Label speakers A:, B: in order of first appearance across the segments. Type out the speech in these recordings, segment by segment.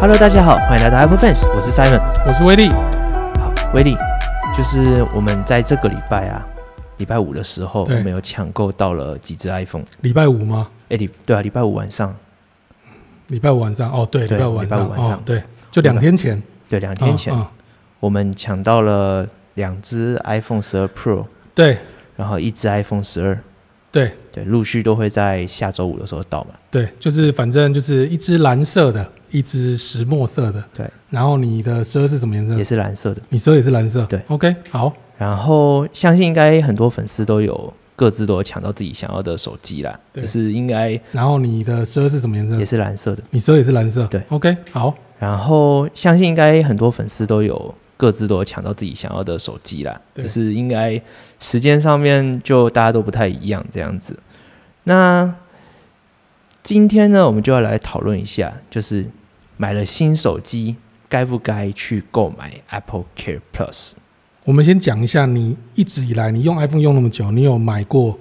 A: Hello，大家好，欢迎来到 Apple Fans，我是 Simon。
B: 我是威力。
A: 好，威力，就是我们在这个礼拜啊，礼拜五的时候，我
B: 对
A: 们有抢购到了几只 iPhone。
B: 礼拜五吗？
A: 哎，礼对啊，礼拜五晚上，
B: 礼拜五晚上哦，对，
A: 对
B: 礼拜五晚
A: 礼拜
B: 上，
A: 五晚上
B: 哦，对，就两天前，
A: 对，两天前、
B: 嗯嗯
A: 我们抢到了两只 iPhone 十二 Pro，
B: 对
A: 然后一只 iPhone 十二，
B: 对
A: 对，陆续都会在下周五的时候到嘛。
B: 对，就是反正就是一只蓝色的，一只石墨色的，
A: 对，
B: 然后你的十二是什么颜色
A: 也？是蓝色的。
B: 你十二也是蓝色，
A: 对
B: ，OK，好，
A: 然后相信应该很多粉丝都有各自都有抢到自己想要的手机啦，
B: 对
A: 就是应该
B: 然后你的十二是什么颜色
A: 也？是蓝色的。
B: 你十二也是蓝色，
A: 对
B: ，OK，好，
A: 然后相信应该很多粉丝都有各自都有抢到自己想要的手机啦，
B: 对
A: 就是应该时间上面就大家都不太一样这样子。那今天呢，我们就要来讨论一下，就是买了新手机该不该去购买 Apple Care Plus？
B: 我们先讲一下，你一直以来你用 iPhone 用那么久，你有买过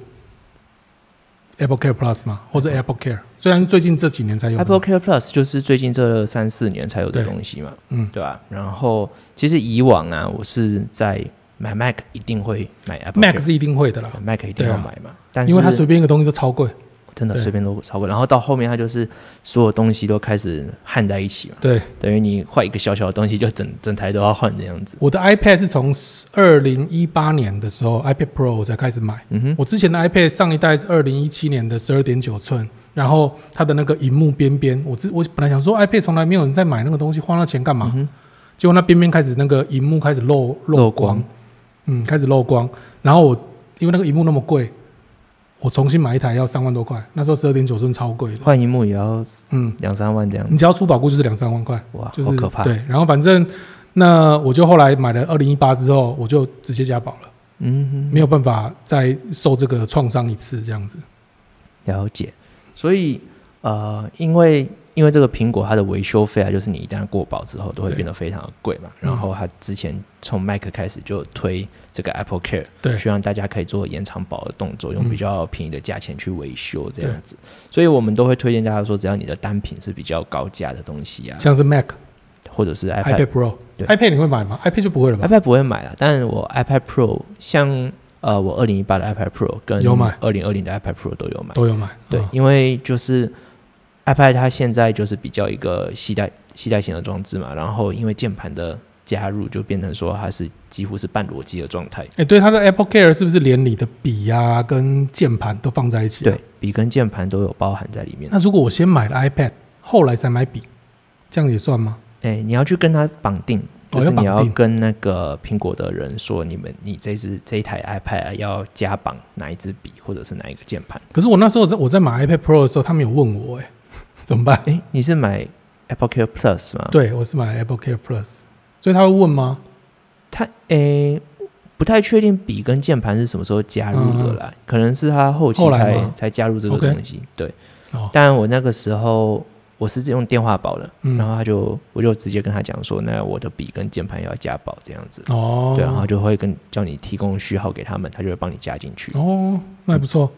B: Apple Care Plus 吗？或者 Apple Care？虽然最近这几年才有的
A: Apple Care Plus 就是最近这三四年才有的
B: 哎对
A: 东西嘛，
B: 嗯
A: 对吧、然后其实以往啊，我是在买 Mac 一定会买 Apple
B: Mac
A: Care
B: 是一定会的啦
A: 对，Mac 一定要买嘛，但是
B: 因为它随便一个东西都超贵，
A: 真的
B: 对
A: 随便都超过，然后到后面它就是所有东西都开始焊在一起嘛，
B: 对。
A: 等于你换一个小小的东西，就整整台都要换这样子。
B: 我的 iPad 是从二零一八年的时候 iPad Pro 我才开始买。
A: 嗯哼，
B: 我之前的 iPad 上一代是二零一七年的十二点九寸，然后它的那个荧幕边边，我之我本来想说 iPad 从来没有人在买那个东西，花那钱干嘛？
A: 嗯哼
B: 结果那边边开始那个荧幕开始漏
A: 漏
B: 漏
A: 光
B: 光，嗯，开始漏光。然后我因为那个荧幕那么贵，我重新买一台要三万多块，那时候十二点九寸超贵的，
A: 换荧幕也要
B: 嗯，
A: 两三万这样子，
B: 你只要出保固就是两三万块。
A: 哇，
B: 就是
A: 好可怕。
B: 对，然后反正那我就后来买了二零一八之后，我就直接加保了，
A: 嗯
B: 没有办法再受这个创伤一次这样子。
A: 哼，了解。所以呃，因为因为这个苹果它的维修费啊，就是你一旦过保之后，都会
B: 对
A: 变得非常的贵嘛。然后它之前从 Mac 开始就推这个 Apple Care，
B: 对
A: 去让大家可以做延长保的动作，用比较便宜的价钱去维修这样
B: 嗯对
A: 子。所以我们都会推荐大家说，只要你的单品是比较高价的东西啊，
B: 像是 Mac、
A: 或者是 iPad，iPad
B: iPad Pro、
A: 对
B: iPad 你会买吗？iPad 就不会了吧？
A: 不会买了，但我 iPad Pro 像。呃，我二零一八的 iPad Pro 跟
B: 有买
A: 二零二零的 iPad Pro 都有买，
B: 都有买。
A: 对，
B: 嗯
A: 因为就是 iPad 它现在就是比较一个系带系带型的装置嘛，然后因为键盘的加入，就变成说它是几乎是半裸机的状态，
B: 哎、对，它的 Apple Care 是不是连你的笔啊跟键盘都放在一起、啊
A: 对，，笔跟键盘都有包含在里面。
B: 那如果我先买了 iPad，后来才买笔，这样也算吗？
A: 哎、你要去跟它绑定，就
B: 哦
A: 是
B: 要绑
A: 你要
B: 定
A: 跟那个苹果的人说，你们你这支这一台 iPad 啊要加绑哪一支笔或者是哪一个键盘。
B: 可是我那时候在我在买 iPad Pro 的时候，他们有问我、哎，怎么办？
A: 哎、你是买 Apple Care Plus 吗？，
B: 对，我是买 Apple Care Plus，所以他会问吗？
A: 它哎、不太确定笔跟键盘是什么时候加入的啦，可能是它后期
B: 嗯后来
A: 才
B: 吗
A: 才加入这个
B: OK
A: 东西。对，
B: 哦，
A: 但我那个时候我是用电话保的，
B: 嗯
A: 然后他就我就直接跟他讲说，那我的笔跟键盘要加保这样子。
B: 哦，
A: 对，然啊后就会跟叫你提供序号给他们，他就会帮你加进去。
B: 哦，那还不错。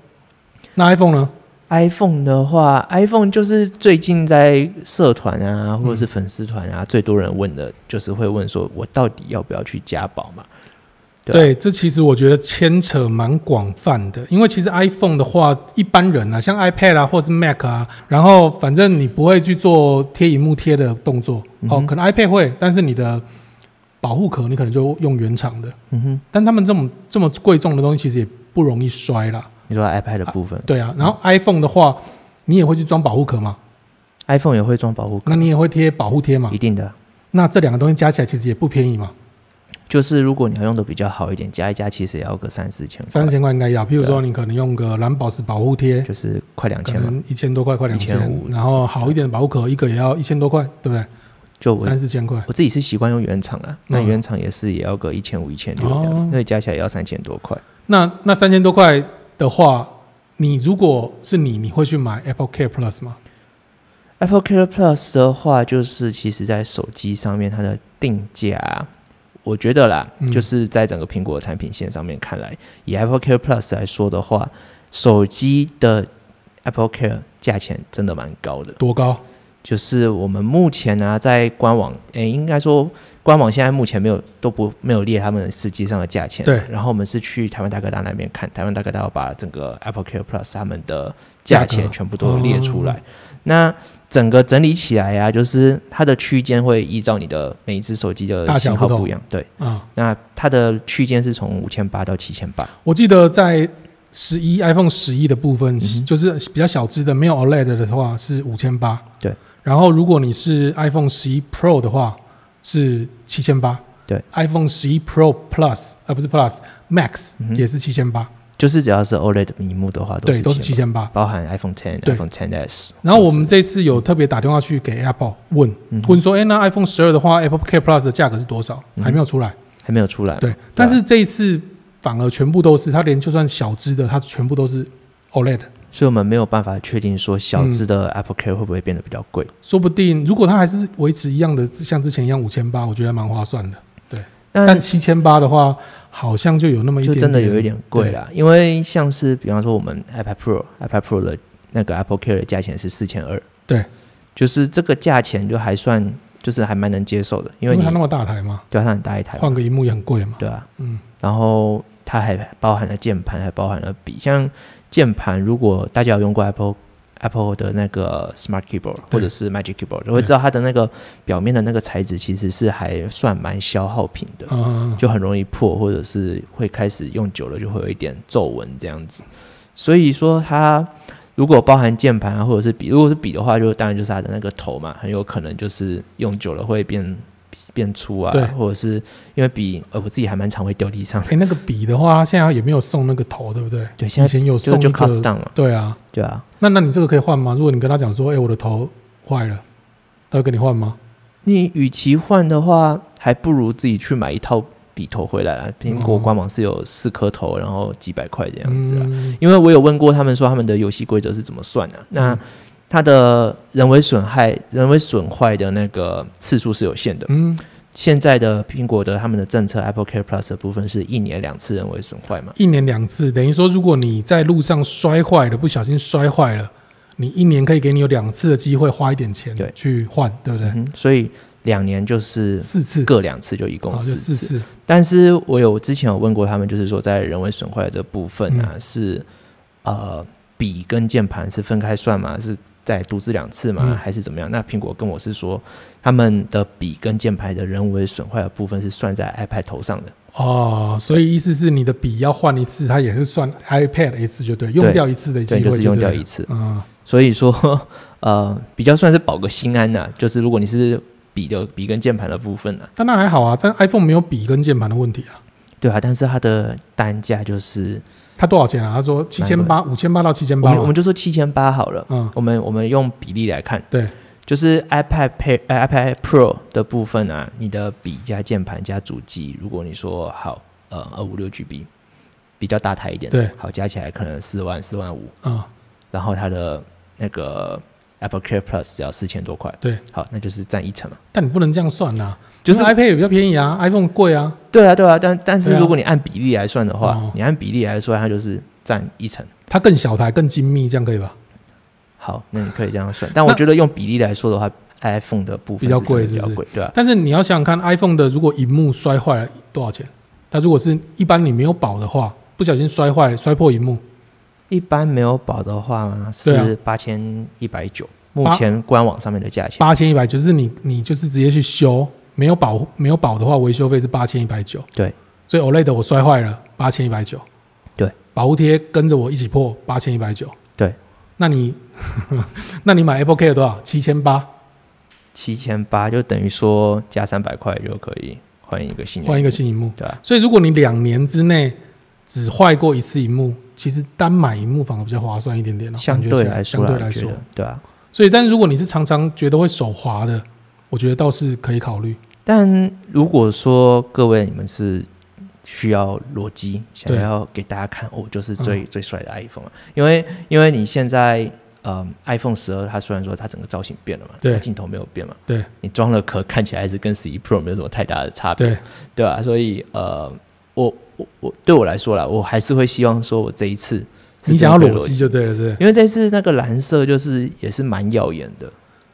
B: 那 iPhone 呢？
A: iPhone 的话，iPhone 就是最近在社团啊，或者是粉丝团啊，最多人问的就是会问说，我到底要不要去加保嘛？对啊
B: 对，这其实我觉得牵扯蛮广泛的，因为其实 iPhone 的话，一般人啊，像 iPad 啊，或是 Mac 啊，然后反正你不会去做贴荧幕贴的动作，
A: 嗯
B: 哦
A: 哼，
B: 可能 iPad 会，但是你的保护壳你可能就用原厂的，
A: 嗯哼，
B: 但他们这么这么贵重的东西，其实也不容易摔啦。
A: 你说 iPad 的部分、
B: 对啊，然后 iPhone 的话，你也会去装保护壳嘛，
A: i p h o n e 也会装保护壳，
B: 那你也会贴保护贴嘛
A: 一，定的。
B: 那这两个东西加起来其实也不便宜嘛。
A: 就是如果你要用的比较好一点，加一加其实也要个三四千块，
B: 三千块应该要。譬如说，你可能用个蓝宝石保护贴，
A: 就是快两
B: 可
A: 千嘛。
B: 能一千多块，快两千
A: 1500。
B: 然后好一点的保护壳，一个也要一千多块，对不对？
A: 就我
B: 三四千块。
A: 我自己是习惯用原厂啦，那
B: 嗯
A: 原厂也是也要个一千五、一千六这
B: 哦
A: 样，所以加起来也要三千多块。
B: 那那三千多块的话，你如果是你，你会去买 Apple Care Plus 吗？
A: Apple Care Plus 的话，就是其实在手机上面它的定价，我觉得啦，
B: 嗯
A: 就是在整个苹果的产品线上面看来，以 Apple Care Plus 来说的话，手机的 Apple Care 价钱真的蛮高的。
B: 多高？
A: 就是我们目前呢、在官网，诶，应该说官网现在目前没有都不没有列他们实际上的价钱。
B: 对
A: 然后我们是去台湾大哥大那边看，台湾大哥大有把整个 Apple Care Plus 他们的价
B: 价
A: 钱
B: 格哦
A: 全部都列出来。那整个整理起来啊，就是它的区间会依照你的每一只手机的
B: 大小
A: 型
B: 不
A: 号不
B: 同
A: 一样。对，
B: 啊、
A: 那它的区间是从五千八到七千八。
B: 我记得在十一 iPhone 十一的部分，
A: 嗯哼
B: 就是比较小只的，没有 OLED 的话是五千八。
A: 对。
B: 然后如果你是 iPhone 十一 Pro 的话是七千八。
A: 对。
B: iPhone 十一 Pro Plus 呃不是 Plus Max、
A: 嗯哼
B: 也是七千八，
A: 就是只要是 OLED 屏幕的话，
B: 对，都是七
A: 7000
B: 千八。
A: 包含 iPhone 10、
B: 对
A: iPhone 10s。
B: 然后我们这次有特别打电话去给 Apple 问、
A: 嗯哼
B: 问说，哎，那 iPhone 十二的话，Apple Care Plus 的价格是多少？
A: 嗯哼嗯
B: 还没有出来。
A: 还没有出来嘛，
B: 对，但是这一次反而全部都是，它连就算小只的，它全部都是 OLED。
A: 所以我们没有办法确定说小
B: 嗯
A: 只的 Apple Care 会不会变得比较贵。
B: 说不定如果它还是维持一样的，像之前一样五千八，我觉得蛮划算的。但
A: 但
B: 七千八的话，好像就有那么一
A: 嗯就
B: 点点，
A: 真的有一点贵啦，因为像是比方说我们 iPad Pro、iPad Pro 的那个 Apple Care 的价钱是四千二，
B: 对，
A: 就是这个价钱就还算就是还蛮能接受的，因
B: 因
A: 为
B: 为
A: 你
B: 它那么大台嘛，
A: 对啊它很大一台嘛，
B: 换个荧幕也很贵嘛。
A: 对啊，
B: 嗯，
A: 然后它还包含了键盘，还包含了笔，像键盘如果大家有用过 Apple。Apple 的那个 Smart Keyboard
B: 对
A: 或者是 Magic Keyboard，就会知道它的那个表面的那个材质其实是还算蛮消耗品的。
B: 啊，
A: 就很容易破，或者是会开始用久了就会有一点皱纹这样子。所以说它如果包含键盘啊，或者是笔，如果是笔的话，就当然就是它的那个头嘛，很有可能就是用久了会变变粗啊
B: 对，
A: 或者是因为笔，呃，我自己还蛮常会掉地上的。
B: 哎，那个笔的话，它现在也没有送那个头，对不对？
A: 对，现
B: 以
A: 在
B: 前有
A: 就
B: 送
A: 就
B: 一
A: cost
B: 个，
A: down 嘛，
B: 对啊。
A: 对啊。
B: 那那你这个可以换吗？如果你跟他讲说，哎，我的头坏了，他会跟你换吗？
A: 你与其换的话，还不如自己去买一套笔头回来啦。苹果
B: 哦
A: 官网是有四颗头，然后几百块这
B: 这
A: 样子啦。啊
B: 嗯
A: 因为我有问过他们说他们的游戏规则是怎么算的、那它的人为损害、人为损坏的那个次数是有限的。
B: 嗯，
A: 现在的苹果的他们的政策 Apple Care Plus 的部分是一年两次人为损坏嘛？
B: 一年两次，等于说，如果你在路上摔坏了，不小心摔坏了，你一年可以给你有两次的机会，花一点钱
A: 对
B: 去换，对不对？
A: 嗯，所以两年就是
B: 四次，
A: 各两次，就一共
B: 好，哦就
A: 四
B: 四
A: 次。
B: 次，
A: 但是我有之前有问过他们，就是说在人为损坏的部分
B: 嗯
A: 啊，是呃笔跟键盘是分开算吗？是在独自两次吗？
B: 嗯
A: 还是怎么样？那苹果跟我是说，他们的笔跟键盘的人为损坏的部分是算在 iPad 头上的。
B: 哦，所以意思是你的笔要换一次，它也是算 iPad 一次，就对，用掉一次的机
A: 对，
B: 会
A: 就是用掉
B: 对
A: 一
B: 了
A: 次，
B: 嗯，
A: 所以说，呃，比较算是保个心安呐、啊就是如果你是笔的笔跟键盘的部分啊，
B: 但那还好啊，但 iPhone 没有笔跟键盘的问题啊。
A: 对啊，但是它的单价就是，
B: 它多少钱啊？他说七千八，五千八到七千
A: 我
B: 八
A: 们我们就说七千八好了。
B: 嗯，
A: 我们我们用比例来看，
B: 对，
A: 就是 iPad Pay、呃、iPad Pro 的部分啊，你的笔加键盘加主机，如果你说好，呃，二五六 GB 比较大台一点的，
B: 对
A: 好加起来可能四万四万五，
B: 啊、
A: 然后它的那个 Apple Care Plus 只要四千多块，
B: 对，
A: 好，那就是占一成啊嘛，
B: 但你不能这样算呐、啊，
A: 就是
B: 因为 iPad 也比较便宜啊，iPhone 贵啊，
A: 对啊对啊，但但是
B: 对啊
A: 如果你按比例来算的话，
B: 哦
A: 你按比例来算，它就是占一成。
B: 它更小台更精密，这样可以吧？
A: 好，那你可以这样算，但我
B: 那
A: 觉得用比例来说的话，iPhone 的部分
B: 比较
A: 是真的
B: 贵
A: 比较
B: 是不是
A: 贵，对啊，
B: 但是你要想想看，iPhone 的如果荧幕摔坏了多少钱？它如果是一般你没有保的话，不小心摔坏了摔破荧幕，
A: 一般没有保的话
B: 对
A: 是
B: 啊
A: 八千一百九，目前官网上面的价钱。
B: 八千一百九，就是你你就是直接去修，没有保没有保的话，维修费是八千一百九。
A: 对，
B: 所以 OLED 我摔坏了八千一百九，
A: 对，
B: 保护贴跟着我一起破八千一百九，
A: 对，
B: 那你 那你买 Apple Care 多少？七千八
A: 七千八就等于说加三百块就可以换一个新的，
B: 换一个新荧幕，
A: 对啊吧、
B: 所以如果你两年之内只坏过一次荧幕，其实单买荧幕反而比较划算一点点哦、
A: 相
B: 感觉
A: 对
B: 起
A: 来说
B: 相
A: 啦，
B: 对来
A: 我觉
B: 说
A: 得，对啊。
B: 所以，但如果你是常常觉得会手滑的，我觉得倒是可以考虑。
A: 但如果说各位你们是需要裸机，想
B: 对
A: 要给大家看哦，就是最、
B: 嗯
A: 最帅的 iPhone 啊，因为因为你现在嗯 iPhone 十二它虽然说它整个造型变了嘛，
B: 对
A: 它镜头没有变嘛，
B: 对
A: 你装了壳看起来还是跟十一 Pro 没有什么太大的差别，
B: 啊对，
A: 对吧、所以呃，我我我对我来说啦，我还是会希望说我这一次是真
B: 你想
A: 的
B: 要
A: 会
B: 裸机就对了，对。
A: 因为这次那个蓝色就是也是蛮耀眼的，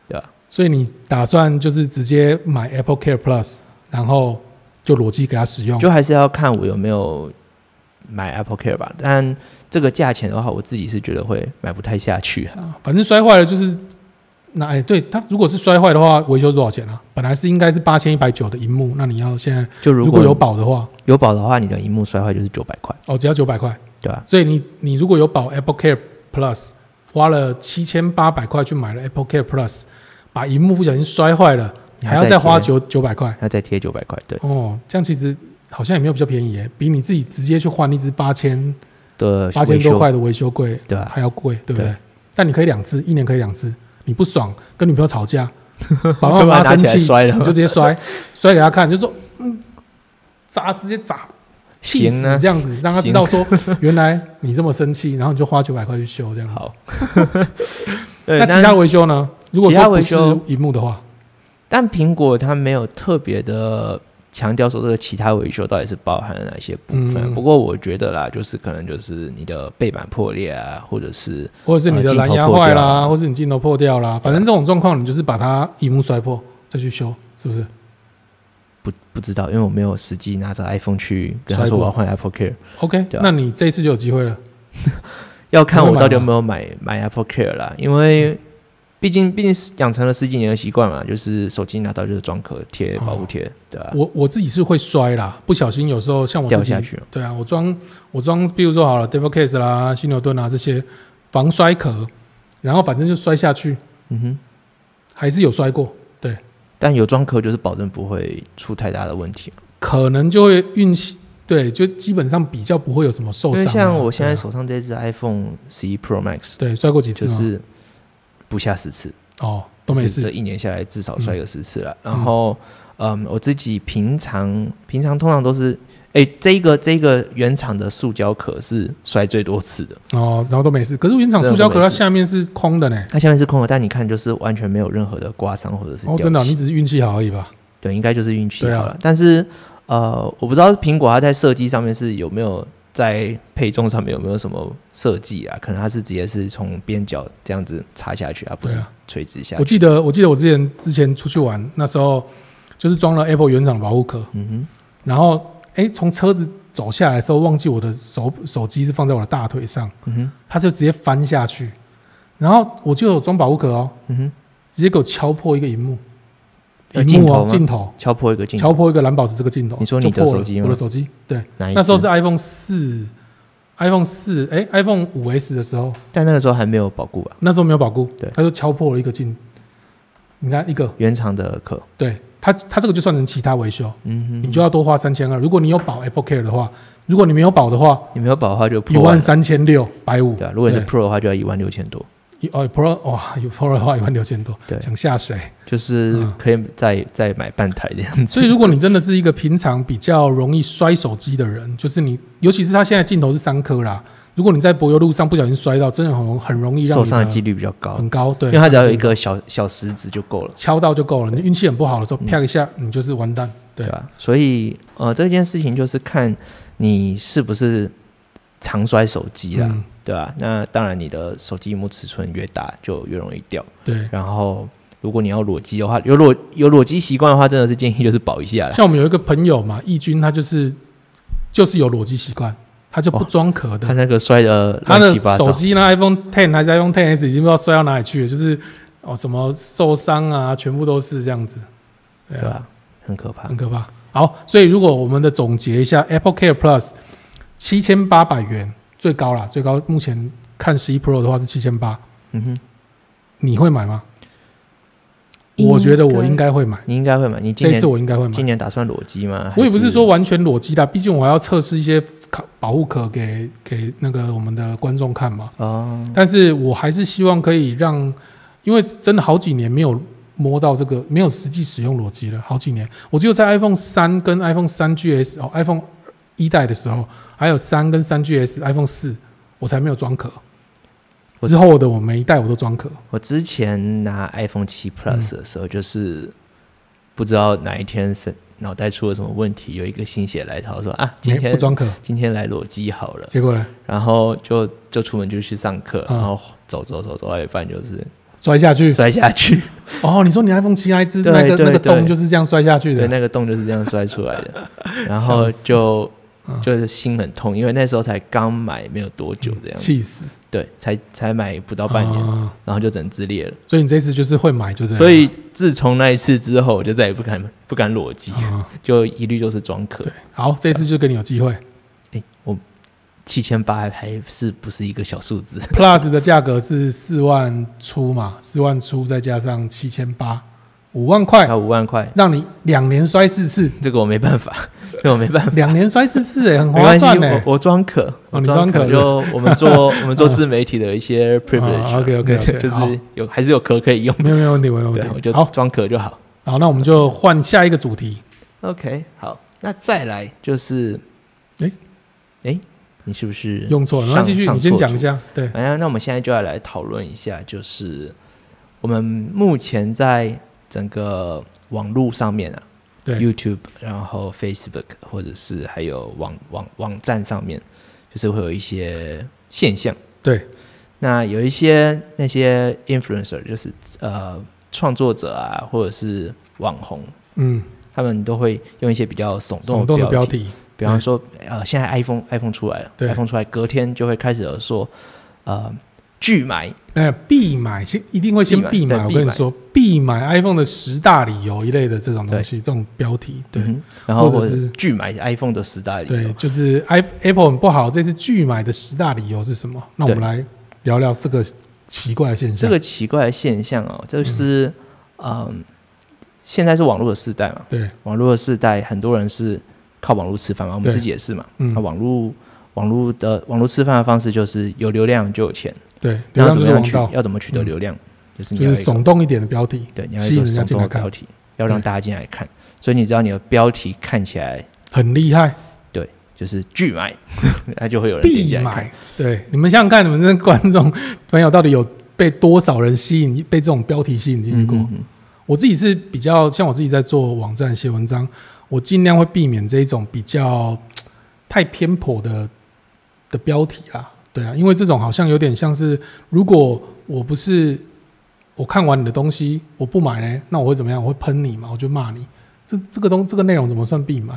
A: 对吧、
B: 所以你打算就是直接买 Apple Care Plus，然后就裸机给它使用？
A: 就还是要看我有没有买 Apple Care 吧。但这个价钱的话，我自己是觉得会买不太下去啊。
B: 啊，反正摔坏了就是那哎，对它如果是摔坏的话，维修多少钱啊？本来是应该是八千一百九的荧幕，那你要现在
A: 就
B: 如
A: 如
B: 果
A: 果
B: 有保的话，
A: 有保的话，你的荧幕摔坏就是九百块，
B: 哦，只要九百块。
A: 对吧、
B: 所以你你如果有保 Apple Care Plus，花了七千八百块去买了 Apple Care Plus，把荧幕不小心摔坏了，
A: 你
B: 还要再花
A: 贴，
B: 九九百块。
A: 还要再贴九百块，对
B: 哦，这样其实好像也没有比较便宜耶，比你自己直接去换一只八千
A: 的
B: 八千
A: 维
B: 多
A: 修，
B: 块的维修柜
A: 对吧、
B: 还要贵，对不对？
A: 对
B: 但你可以两次，一年可以两次，你不爽跟女朋友吵 架，把
A: 就把
B: 妈
A: 它拿
B: 生
A: 起来
B: 气，
A: 摔了
B: 你就直接摔摔给她看，就说嗯，砸直接砸。气死
A: 行啊
B: 这样子，让她知道说原来你这么生气，然后你就花九百块去修这样子。
A: 好， 对，
B: 那其他
A: 但
B: 维修呢？如果
A: 其他
B: 说不
A: 维
B: 是
A: 修
B: 荧幕的话，
A: 但苹果它没有特别的强调说这个其他维修到底是包含了哪些部分啊、
B: 嗯
A: 不过我觉得啦，就是可能就是你的背板破裂啊，或者是
B: 或者是你
A: 呃
B: 的
A: 镜
B: 蓝
A: 头
B: 牙
A: 破
B: 坏
A: 掉啊
B: 啦，
A: 了
B: 或是你镜头破掉啦，反正这种状况你就是把它荧幕摔破再去修，是不是？
A: 不不知道，因为我没有实际拿着 iPhone 去跟他
B: 摔
A: 说
B: 过
A: 我要换 Apple Care，
B: OK，
A: 对啊
B: 那你这一次就有机会了。
A: 要看
B: 你会
A: 我
B: 买
A: 到底有
B: 吗
A: 没有买买 Apple Care 啦，因为毕竟毕竟养成了十几年的习惯嘛，就是手机拿到就是装壳贴
B: 哦
A: 保护贴，对吧、
B: 我我自己是会摔啦，不小心有时候像我
A: 啊掉
B: 自己
A: 下去了
B: 对啊，我装我装，比如说好了 d e v i l Case 啦、犀牛盾啊这些防摔壳，然后反正就摔下去，
A: 嗯哼，
B: 还是有摔过，
A: 但有装壳就是保证不会出太大的问题，
B: 可能就会运气对，就基本上比较不会有什么受
A: 因
B: 伤啊。
A: 为像我现在
B: 对啊
A: 手上这只 iPhone 十一 Pro Max，
B: 对摔过几次
A: 就
B: 吗？
A: 是不下十次，
B: 哦，都没
A: 就是
B: 事
A: 这一年下来至少
B: 嗯
A: 摔个十次了。然后，嗯，我自己平常平常通常都是，哎、这一个这一个原厂的塑胶壳是摔最多次的，
B: 哦，然后都没事。可是原厂
A: 对啊
B: 塑胶
A: 都
B: 壳
A: 没
B: 它
A: 事
B: 下面是空的呢，
A: 它下面是空的，但你看就是完全没有任何的刮伤或者是掉
B: 哦，
A: 漆、
B: 真的哦、你只是运气好而已吧？
A: 对，应该就是运气
B: 对啊
A: 好了。但是呃，我不知道苹果它在设计上面是有没有在配重上面有没有什么设计啊？可能它是直接是从边角这样子插下去啊，不
B: 对
A: 是
B: 啊
A: 垂直下
B: 我
A: 去。
B: 记得我记得我之前之前出去玩那时候，就是装了 Apple 原厂的保护壳，
A: 嗯
B: 然后哎从车子走下来的时候，忘记我的手手机是放在我的大腿上，
A: 哼，嗯哼，
B: 它就直接翻下去，然后我就有装保护壳哦，
A: 嗯哼，
B: 直接给我敲破一个荧幕，
A: 呃
B: 荧幕哦，
A: 镜
B: 镜头
A: 敲破一个镜头，
B: 敲破一个蓝宝石这个镜头，
A: 你说
B: 就
A: 你的
B: 破了
A: 手机吗
B: 我的手机，对，
A: 哪一
B: 那时候
A: 次
B: 是啊 iPhone 四，iPhone 四，哎，iPhone 五 S 的时候，
A: 但那个时候还没有保固啊吧？
B: 那时候没有保固，
A: 对
B: 他就敲破了一个镜，你看一个，
A: 原厂的壳，
B: 对他，他这个就算成其他维修，
A: 嗯哼，
B: 你就要多花三千二。如果你有保 Apple Care 的话，如果你没有保的话，
A: 你没有保的话就
B: 一
A: 破万
B: 万，三千六百五
A: 对。啊，如果你是
B: 对
A: Pro 的话就要一万六千多，
B: 一哦，Pro 哇，有 Pro 的话一万六千多，
A: 对
B: 想吓谁？
A: 就是
B: 嗯
A: 可以再再买半台这样子。
B: 所以如果你真的是一个平常比较容易摔手机的人，就是你，尤其是他现在镜头是三颗啦，如果你在柏油路上不小心摔到，真的很容很容易让
A: 受伤的
B: 你
A: 几率比较高，
B: 很高，对，
A: 因为它只要有一
B: 个
A: 个小小石子就够了。
B: 敲到就够了。你运气很不好的时候，啪一下，你就是完蛋。对
A: 对吧？所以呃，这件事情就是看你是不是常摔手机啦，
B: 嗯
A: 对吧？那当然，你的手机屏幕尺寸越大就越容易掉。
B: 对，
A: 然后，如果你要裸机的话，有裸有裸机习惯的话，真的是建议就是保一下啦。
B: 像我们有一个朋友嘛，义军，他就是就是有裸机习惯，他就不
A: 哦
B: 装壳的。
A: 他那个摔的
B: 他
A: 乱
B: 的
A: 七八
B: 手
A: 糟，
B: 机呢，iPhone Ten 还是 iPhone Ten S 已经不知道摔到哪里去了，就是哦什么受伤啊，全部都是这样子，对
A: 对
B: 啊，
A: 吧？很可怕
B: 很。可怕。好，所以如果我们的总结一下，Apple Care Plus 七千八百元最高啦，最高目前看十一 Pro 的话是七千八，
A: 嗯哼，
B: 你会买吗？
A: 应该
B: 我觉得我应该会买，
A: 你应该会买。你今
B: 这一
A: 年
B: 次我应该会买
A: 今。年打算裸机吗？
B: 我也不
A: 还
B: 是说完全裸机的，毕竟我还要测试一些卡保护壳给给那个我们的观众看嘛。
A: 哦，
B: 但是我还是希望可以让，因为真的好几年没有摸到这个，没有实际使用裸机了，好几年。我只有在 iPhone 三跟 iPhone 三 GS 哦，iPhone 一代的时候，还有三跟三 GS、iPhone 四，我才没有装壳。
A: 我
B: 之后的我每一代我都装壳，
A: 我之前拿 iPhone 七 Plus
B: 嗯
A: 的时候，就是不知道哪一天是脑袋出了什么问题，有一个心血来潮说啊，今
B: 没不
A: 天
B: 装壳，
A: 今天来裸机好了，
B: 结果呢？
A: 然后就就出门就去上课，
B: 嗯
A: 然后走走走走到一半就是
B: 摔下去。
A: 摔下去，
B: 哦，你说你 iPhone 七 i 之
A: 对
B: 那个
A: 对
B: 那个
A: 对
B: 洞就是这样摔下去
A: 对，
B: 的，
A: 那个洞就是这样摔出来 的，然后就
B: 嗯
A: 就是心很痛，因为那时候才刚买没有多久这样子，
B: 气死！
A: 对，才才买不到半年，
B: 啊
A: 然后就整只裂了。
B: 所以你这次就是会买，就对了。
A: 所以自从那一次之后，我就再也不敢不敢裸机，
B: 啊，
A: 就一律就是装壳
B: 对。，好，这次就给你有机会。
A: 哎，我七千八还还是不是一个小数字？
B: Plus 的价格是四万出嘛，四万出再加上七千八，五万块，
A: 还五万块，
B: 让你两年摔四次，
A: 这个我没办法， 这个我没办法。
B: 两年摔四次哎、很
A: 没
B: 划
A: 关系，
B: 算哎、哦
A: 我我装壳，我
B: 你装
A: 壳
B: 壳
A: 就我们做我们做自媒体的一 些 privilege 啊。
B: OK，OK，OK，
A: 对就
B: 好
A: 是有还是有壳可以用，
B: 没有没有问题，没有
A: 对，啊
B: 问
A: 我
B: 题。
A: 就
B: 好，
A: 装壳就好。
B: 好，那我们就换下一个主题。
A: OK，好，那再来就是，
B: 诶
A: 哎，你是不是
B: 用错了，那
A: 上
B: 继续
A: 上
B: 你先
A: 错
B: 讲
A: 处
B: 一下。对，
A: 哎呀，那我们现在就要来讨论一下，就是我们目前在整个网络上面啊，
B: 对
A: ，YouTube，然后 Facebook，或者是还有网网网站上面，就是会有一些现象。
B: 对，
A: 那有一些那些 influencer，就是呃创作者啊，或者是网红，
B: 嗯，
A: 他们都会用一些比较耸
B: 耸
A: 动
B: 动的
A: 标
B: 标
A: 题，
B: 题，
A: 比方说呃，现在 iPhone iPhone 出来了
B: 对
A: ，iPhone 出来隔天就会开始有说呃拒买。
B: 呃，必买，先一定会先
A: 必
B: 必
A: 买对
B: 买。我
A: 必
B: 跟你
A: 买
B: 说，必买 iPhone 的十大理由一类的这种
A: 对
B: 东西，这种标题，对
A: 嗯哼，然后
B: 或
A: 或
B: 者
A: 者
B: 是
A: 拒买 iPhone 的十大理
B: 对
A: 由，。
B: 就是 i Apple 很不好，这次拒买的十大理由是什么？那我们
A: 对
B: 来聊聊这个奇怪的现
A: 这
B: 象。
A: 个奇怪的现象哦，这是嗯、现在是网络的时代嘛，
B: 对，
A: 网络的时代，很多人是靠网络吃饭嘛，我们
B: 对
A: 自己也是嘛。啊
B: 嗯
A: 那网络网络的网络吃饭的方式就是有流量就有钱，
B: 对，
A: 那要
B: 流量
A: 怎
B: 就
A: 么
B: 是
A: 样
B: 王
A: 取
B: 道，
A: 要怎么取得
B: 嗯
A: 流量，就是你要
B: 就
A: 有
B: 是
A: 一个
B: 耸动一点的标题，
A: 对，你要
B: 吸
A: 有一个
B: 引人家
A: 耸
B: 进
A: 动
B: 来
A: 的
B: 看
A: 标题，要让大家进来看。所以你只要你的标题看起来
B: 很厉害，
A: 就是拒 买，那就会有人点
B: 必
A: 进来看。
B: 买。对，你们想想看，你们这观众 朋友到底有被多少人吸引，被这种标题吸引进去过？
A: 嗯嗯嗯
B: 我自己是比较像我自己在做网站写文章，我尽量会避免这一种比较太偏颇的的标题啦。对啊，因为这种好像有点像是，如果我不是我看完你的东西，我不买呢，那我会怎么样？我会喷你嘛，我就骂你。这这个东这个内容怎么算必买？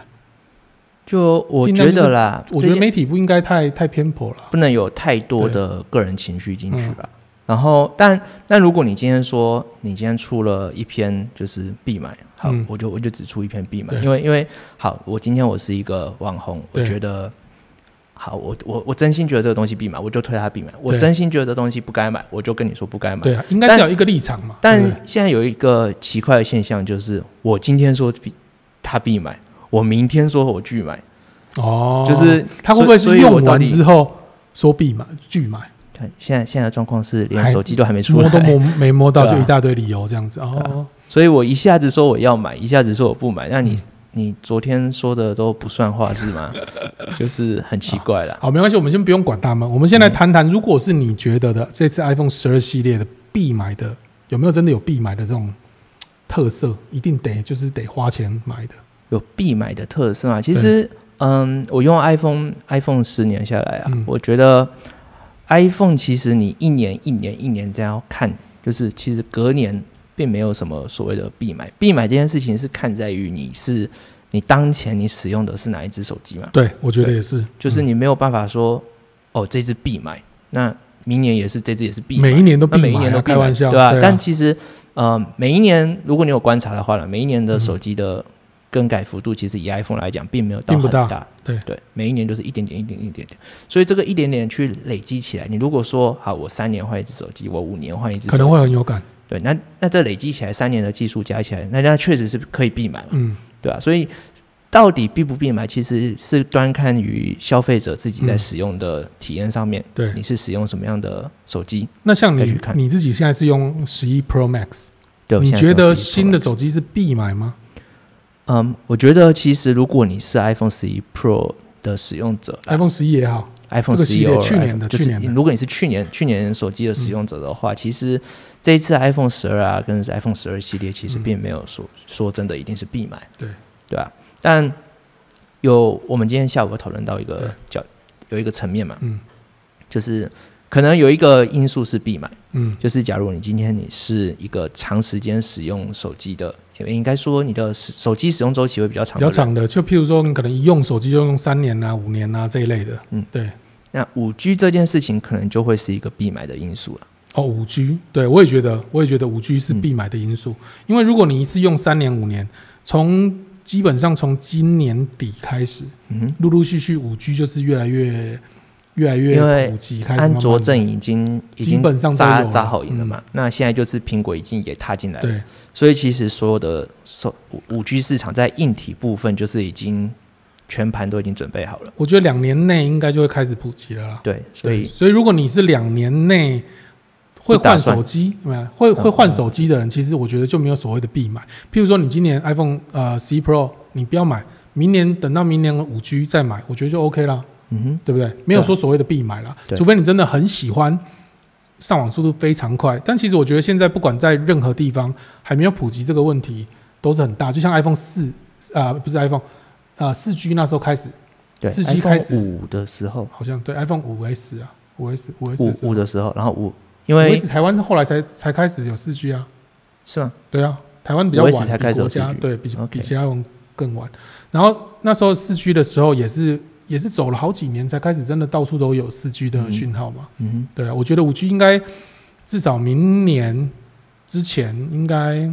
A: 就我
B: 尽量
A: 觉
B: 就是
A: 得啦，
B: 我
A: 这
B: 觉得
A: 些
B: 媒体不应该太太偏颇了。
A: 不能有太多的个人情绪进去吧。
B: 嗯
A: 然后，但但如果你今天说你今天出了一篇就是必买，好，
B: 嗯
A: 我就我就只出一篇必买，
B: 对
A: 因为因为好，我今天我是一个网红，我
B: 对
A: 觉得好，我我我真心觉得这个东西必买，我就推它必买；我
B: 对
A: 真心觉得这东西不该买，我就跟你说不该买。
B: 对啊，应该
A: 但
B: 是要有一个立场嘛。
A: 但
B: 对不对
A: 现在有一个奇怪的现象，就是我今天说必他必买，我明天说我拒买，
B: 哦，
A: 就是
B: 他会不会
A: 所
B: 是
A: 以所以我
B: 用
A: 到
B: 完
A: 底
B: 之后说必买拒买？
A: 看现在现在的状况是连
B: 还
A: 手机都还没出来，
B: 摸都 摸没摸到，
A: 对啊
B: 就一大堆理由这样子哦。
A: 所以我一下子说我要买，一下子说我不买，那你你昨天说的都不算话是吗？就是很奇怪啦。
B: 好，没关系，我们先不用管他们，我们先来谈谈，如果是你觉得的这次 iPhone 十二系列的必买的，有没有真的有必买的这种特色？一定得就是得花钱买的。
A: 有必买的特色嘛？其实，嗯，我用 iPhone iPhone 十年下来啊，
B: 嗯
A: 我觉得 iPhone 其实你一年一年一年这样看，就是其实隔年并没有什么所谓的必买。必买这件事情是看在于你是你当前你使用的是哪一只手机嘛？
B: 对，我觉得
A: 对
B: 也是，
A: 就是
B: 嗯
A: 你没有办法说，哦，这只必买，那明年也是这只也是必买，
B: 每一年都
A: 那
B: 必买啊，
A: 每一年都必
B: 开
A: 买
B: 玩笑，
A: 对吧、
B: 啊
A: 但其实，呃，每一年如果你有观察的话呢，每一年的手机的更改幅度，其实以 iPhone 来讲，并没有到
B: 并不
A: 很
B: 大对
A: 对，每一年就是一点点、一点点、一点点，所以这个一点点去累积起来，你如果说好，我三年换一只手机，我五年换一只手机，
B: 可能会很有感。
A: 对，那那这累积起来三年的技术加起来，那那确实是可以必买嘛，
B: 嗯，
A: 对吧、所以到底必不必买，其实是端看于消费者自己在
B: 嗯
A: 使用的体验上面，
B: 对
A: 你。是使用什么样的手机？
B: 那像
A: 再去
B: 你
A: 看
B: 你自己现在是用十一 Pro Max，
A: 对，我
B: 你
A: 现在是
B: 觉
A: 用11 Pro
B: 得新的
A: Max
B: 手机是必买吗？
A: 嗯，我觉得其实如果你是 iPhone 十一 Pro 的使用者
B: iPhone 十一也好，
A: ，iPhone
B: 这个
A: 十
B: 系
A: 一
B: 列去年的
A: 就是
B: 去年的嗯
A: 如果你是去年去年手机的使用者的话，其实这一次 iPhone 十二啊，跟 iPhone 十二系列其实
B: 嗯
A: 并没有说、说真的一定是必买，
B: 对
A: 对吧、但有我们今天下午有讨论到一个
B: 对
A: 叫有一个层面嘛，
B: 嗯，
A: 就是可能有一个因素是必买，
B: 嗯
A: 就是假如你今天你是一个长时间使用手机的，也应该说你的使手机使用周期会比较长
B: 比
A: 的
B: 较
A: 人，
B: 长的，就譬如说你可能一用手机就用三年啊、五年啊这一类的，
A: 嗯
B: 对，
A: 那五 G 这件事情可能就会是一个必买的因素了。
B: 哦，五 G，对我也觉得，我也觉得五 G
A: 嗯
B: 是必买的因素，因为如果你一次用三年五年，从基本上从今年底开始，
A: 嗯哼，
B: 陆陆续续五 G 就是越来越越来
A: 因为
B: 越普及，开始慢
A: 安
B: 慢
A: 卓阵营已经已
B: 基
A: 经
B: 本上都
A: 扎
B: 有了
A: 扎好营了
B: 嗯
A: 嘛，那现在就是苹果已经也踏进来了，
B: 对
A: 所以其实所有的手五五 G 市场在硬体部分就是已经全盘都已经准备好了。
B: 我觉得两年内应该就会开始普及了啦。
A: 对，所
B: 对，
A: 以
B: 所以如果你是两年内会
A: 不打
B: 换
A: 算
B: 手机，有没有会会
A: 嗯
B: 换手机的人，其实我觉得就没有所谓的必买。譬如说，你今年 iPhone 呃十一 Pro 你不要买，明年等到明年五 G 再买，我觉得就 OK 啦，
A: 嗯哼，
B: 对不对？没有说所谓的必买啦，
A: 对
B: 除非你真的很喜欢。上网速度非常快，但其实我觉得现在不管在任何地方还没有普及这个问题都是很大。就像 iPhone 四啊、不是 iPhone 啊四 G 那时候开始，
A: 对
B: 4G 开始
A: 五的时候，
B: 好像对 iPhone 五 S 啊，五 S 五 S
A: 五
B: 的时候
A: 五的时候，然后五因
B: 五
A: 为
B: S 台湾后来才才开始有四 G 啊，
A: 是吗？
B: 对啊，台湾比较晚，
A: 5S 才开始
B: 比国
A: 有
B: 家
A: 4G
B: 对比
A: OK
B: 比其他人更晚。然后那时候四 G 的时候也是也是走了好几年才开始真的到处都有四 G 的
A: 嗯
B: 讯号嘛，
A: 嗯哼，
B: 对啊，我觉得五 G 应该至少明年之前应该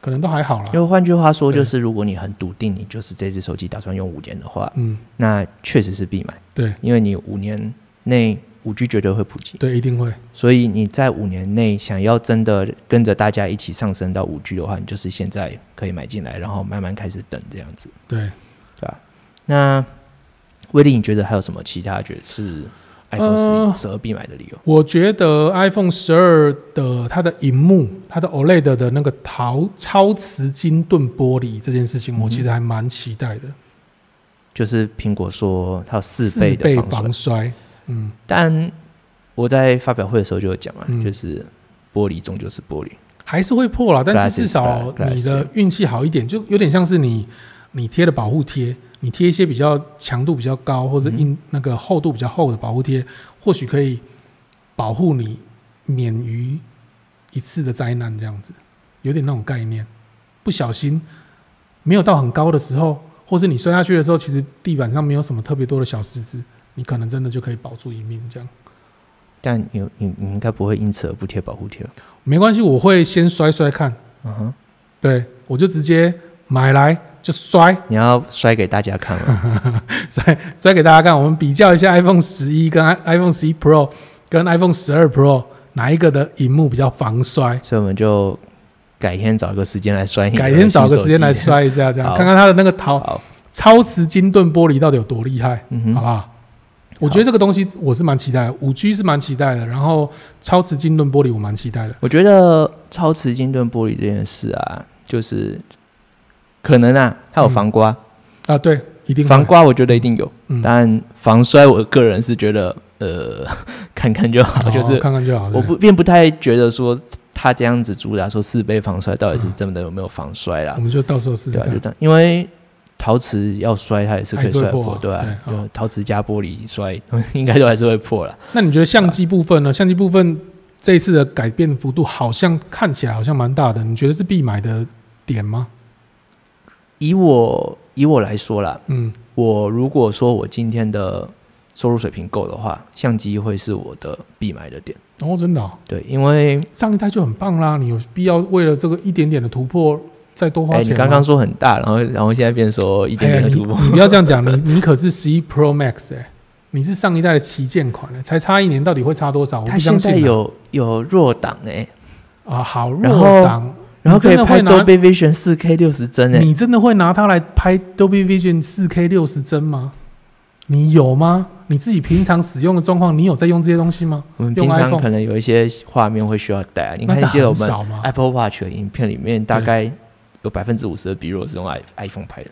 B: 可能都还好
A: 因
B: 啦。
A: 为换句话说，
B: 啊对
A: 就是如果你很笃定你就是这只手机打算用五年的话，
B: 嗯，
A: 那确实是必买，
B: 对
A: 因为你五年内五 G 绝对会普及，
B: 对，一定会。
A: 所以你在五年内想要真的跟着大家一起上升到五 G 的话，你就是现在可以买进来，然后慢慢开始等这样子，
B: 对
A: 对吧？那威力，你觉得还有什么其他觉得是 iPhone
B: 呃
A: 十十二必买的理由？
B: 我觉得 iPhone 十二的它的荧幕，它的 OLED 的那个陶超瓷晶盾玻璃这件事情，
A: 嗯
B: 我其实还蛮期待的。
A: 就是苹果说它有四倍的
B: 防
A: 防水，
B: 摔，嗯，
A: 但我在发表会的时候就有讲嘛，
B: 嗯
A: 就是玻璃终究是玻璃，
B: 还是会破啦，但
A: Glass
B: 是
A: is
B: 至少
A: bad, glass
B: 你的运气好一点，就有点像是你你贴的保护贴，你贴一些比较强度比较高或者
A: 嗯
B: 硬、那个厚度比较厚的保护贴，或许可以保护你免于一次的灾难，这样子有点那种概念。不小心没有到很高的时候，或是你摔下去的时候，其实地板上没有什么特别多的小石子，你可能真的就可以保住一命这样。
A: 但你你你应该不会因此而不贴保护贴了，
B: 没关系，我会先摔摔看，
A: 嗯哼，
B: 对我就直接买来就摔
A: 你要摔给大家看啊嘛，
B: 摔摔给大家看，我们比较一下 iPhone 十一跟 iPhone 十一 Pro 跟 iPhone 十二 Pro 哪一个的荧幕比较防摔。
A: 所以我们就改天找个时间来摔，
B: 改天找个时间来。摔一下，这样
A: 好
B: 看看它的那个陶
A: 好，
B: 超瓷晶盾玻璃到底有多厉害，
A: 嗯哼，
B: 好不好？我觉得这个东西我是蛮期待的，五 G 是蛮期待的，然后超瓷晶盾玻璃我蛮期待的。
A: 我觉得超瓷晶盾玻璃这件事啊，就是可能啊，它有防刮，
B: 啊，对，一定会
A: 防刮我觉得一定有，
B: 嗯
A: 但防摔我个人是觉得呃， 看看就好，
B: 哦
A: 就是
B: 看看就好。
A: 我
B: 对
A: 不并不太觉得说他这样子主打说四倍防摔到底是真的有没有防摔啦
B: 我，们就到时候试试
A: 对吧、啊
B: 看
A: 就。当因为陶瓷要摔，它也是可以摔得破，
B: 还是会
A: 对吧、
B: 破啊
A: 啊？
B: 对好
A: 就陶瓷加玻璃摔， 应该都还是会破啦。
B: 那你觉得相机部分呢？相机部分这一次的改变幅度好像看起来好像蛮大的，你觉得是必买的点吗？
A: 以我以我来说啦，
B: 嗯，
A: 我如果说我今天的收入水平够的话，相机会是我的必买的点。
B: 哦，真的、哦，
A: 对，因为
B: 上一代就很棒啦，你有必要为了这个一点点的突破再多
A: 哎、
B: 花钱
A: 你
B: 吗？
A: 刚刚说很大，然后然后现在变说一
B: 哎
A: 点
B: 呀
A: 点的
B: 你
A: 突破，
B: 你不要这样讲，你你可是十一 Pro Max 哎、你是上一代的旗舰款、哎，才差一年，到底会差多少？我
A: 它
B: 不
A: 现
B: 相信啊、
A: 在有有弱档哎、
B: 啊，好
A: 然后
B: 弱档，
A: 然后可以
B: 你真的
A: 拍
B: 会拿
A: Dolby Vision 四 K 六十帧哎、
B: 你真的会拿它来拍 Dolby Vision 4K 六十帧吗？你有吗？你自己平常使用的状况，你有在用这些东西吗？
A: 我们
B: 用
A: 平常
B: iPhone
A: 可能有一些画面会需要带啊，你
B: 那
A: 看，
B: 是
A: 你记得我
B: 很
A: 们
B: 少吗？
A: Apple Watch 的影片里面，大
B: 对
A: 概有百分之五十的比若是用 i iPhone 拍的，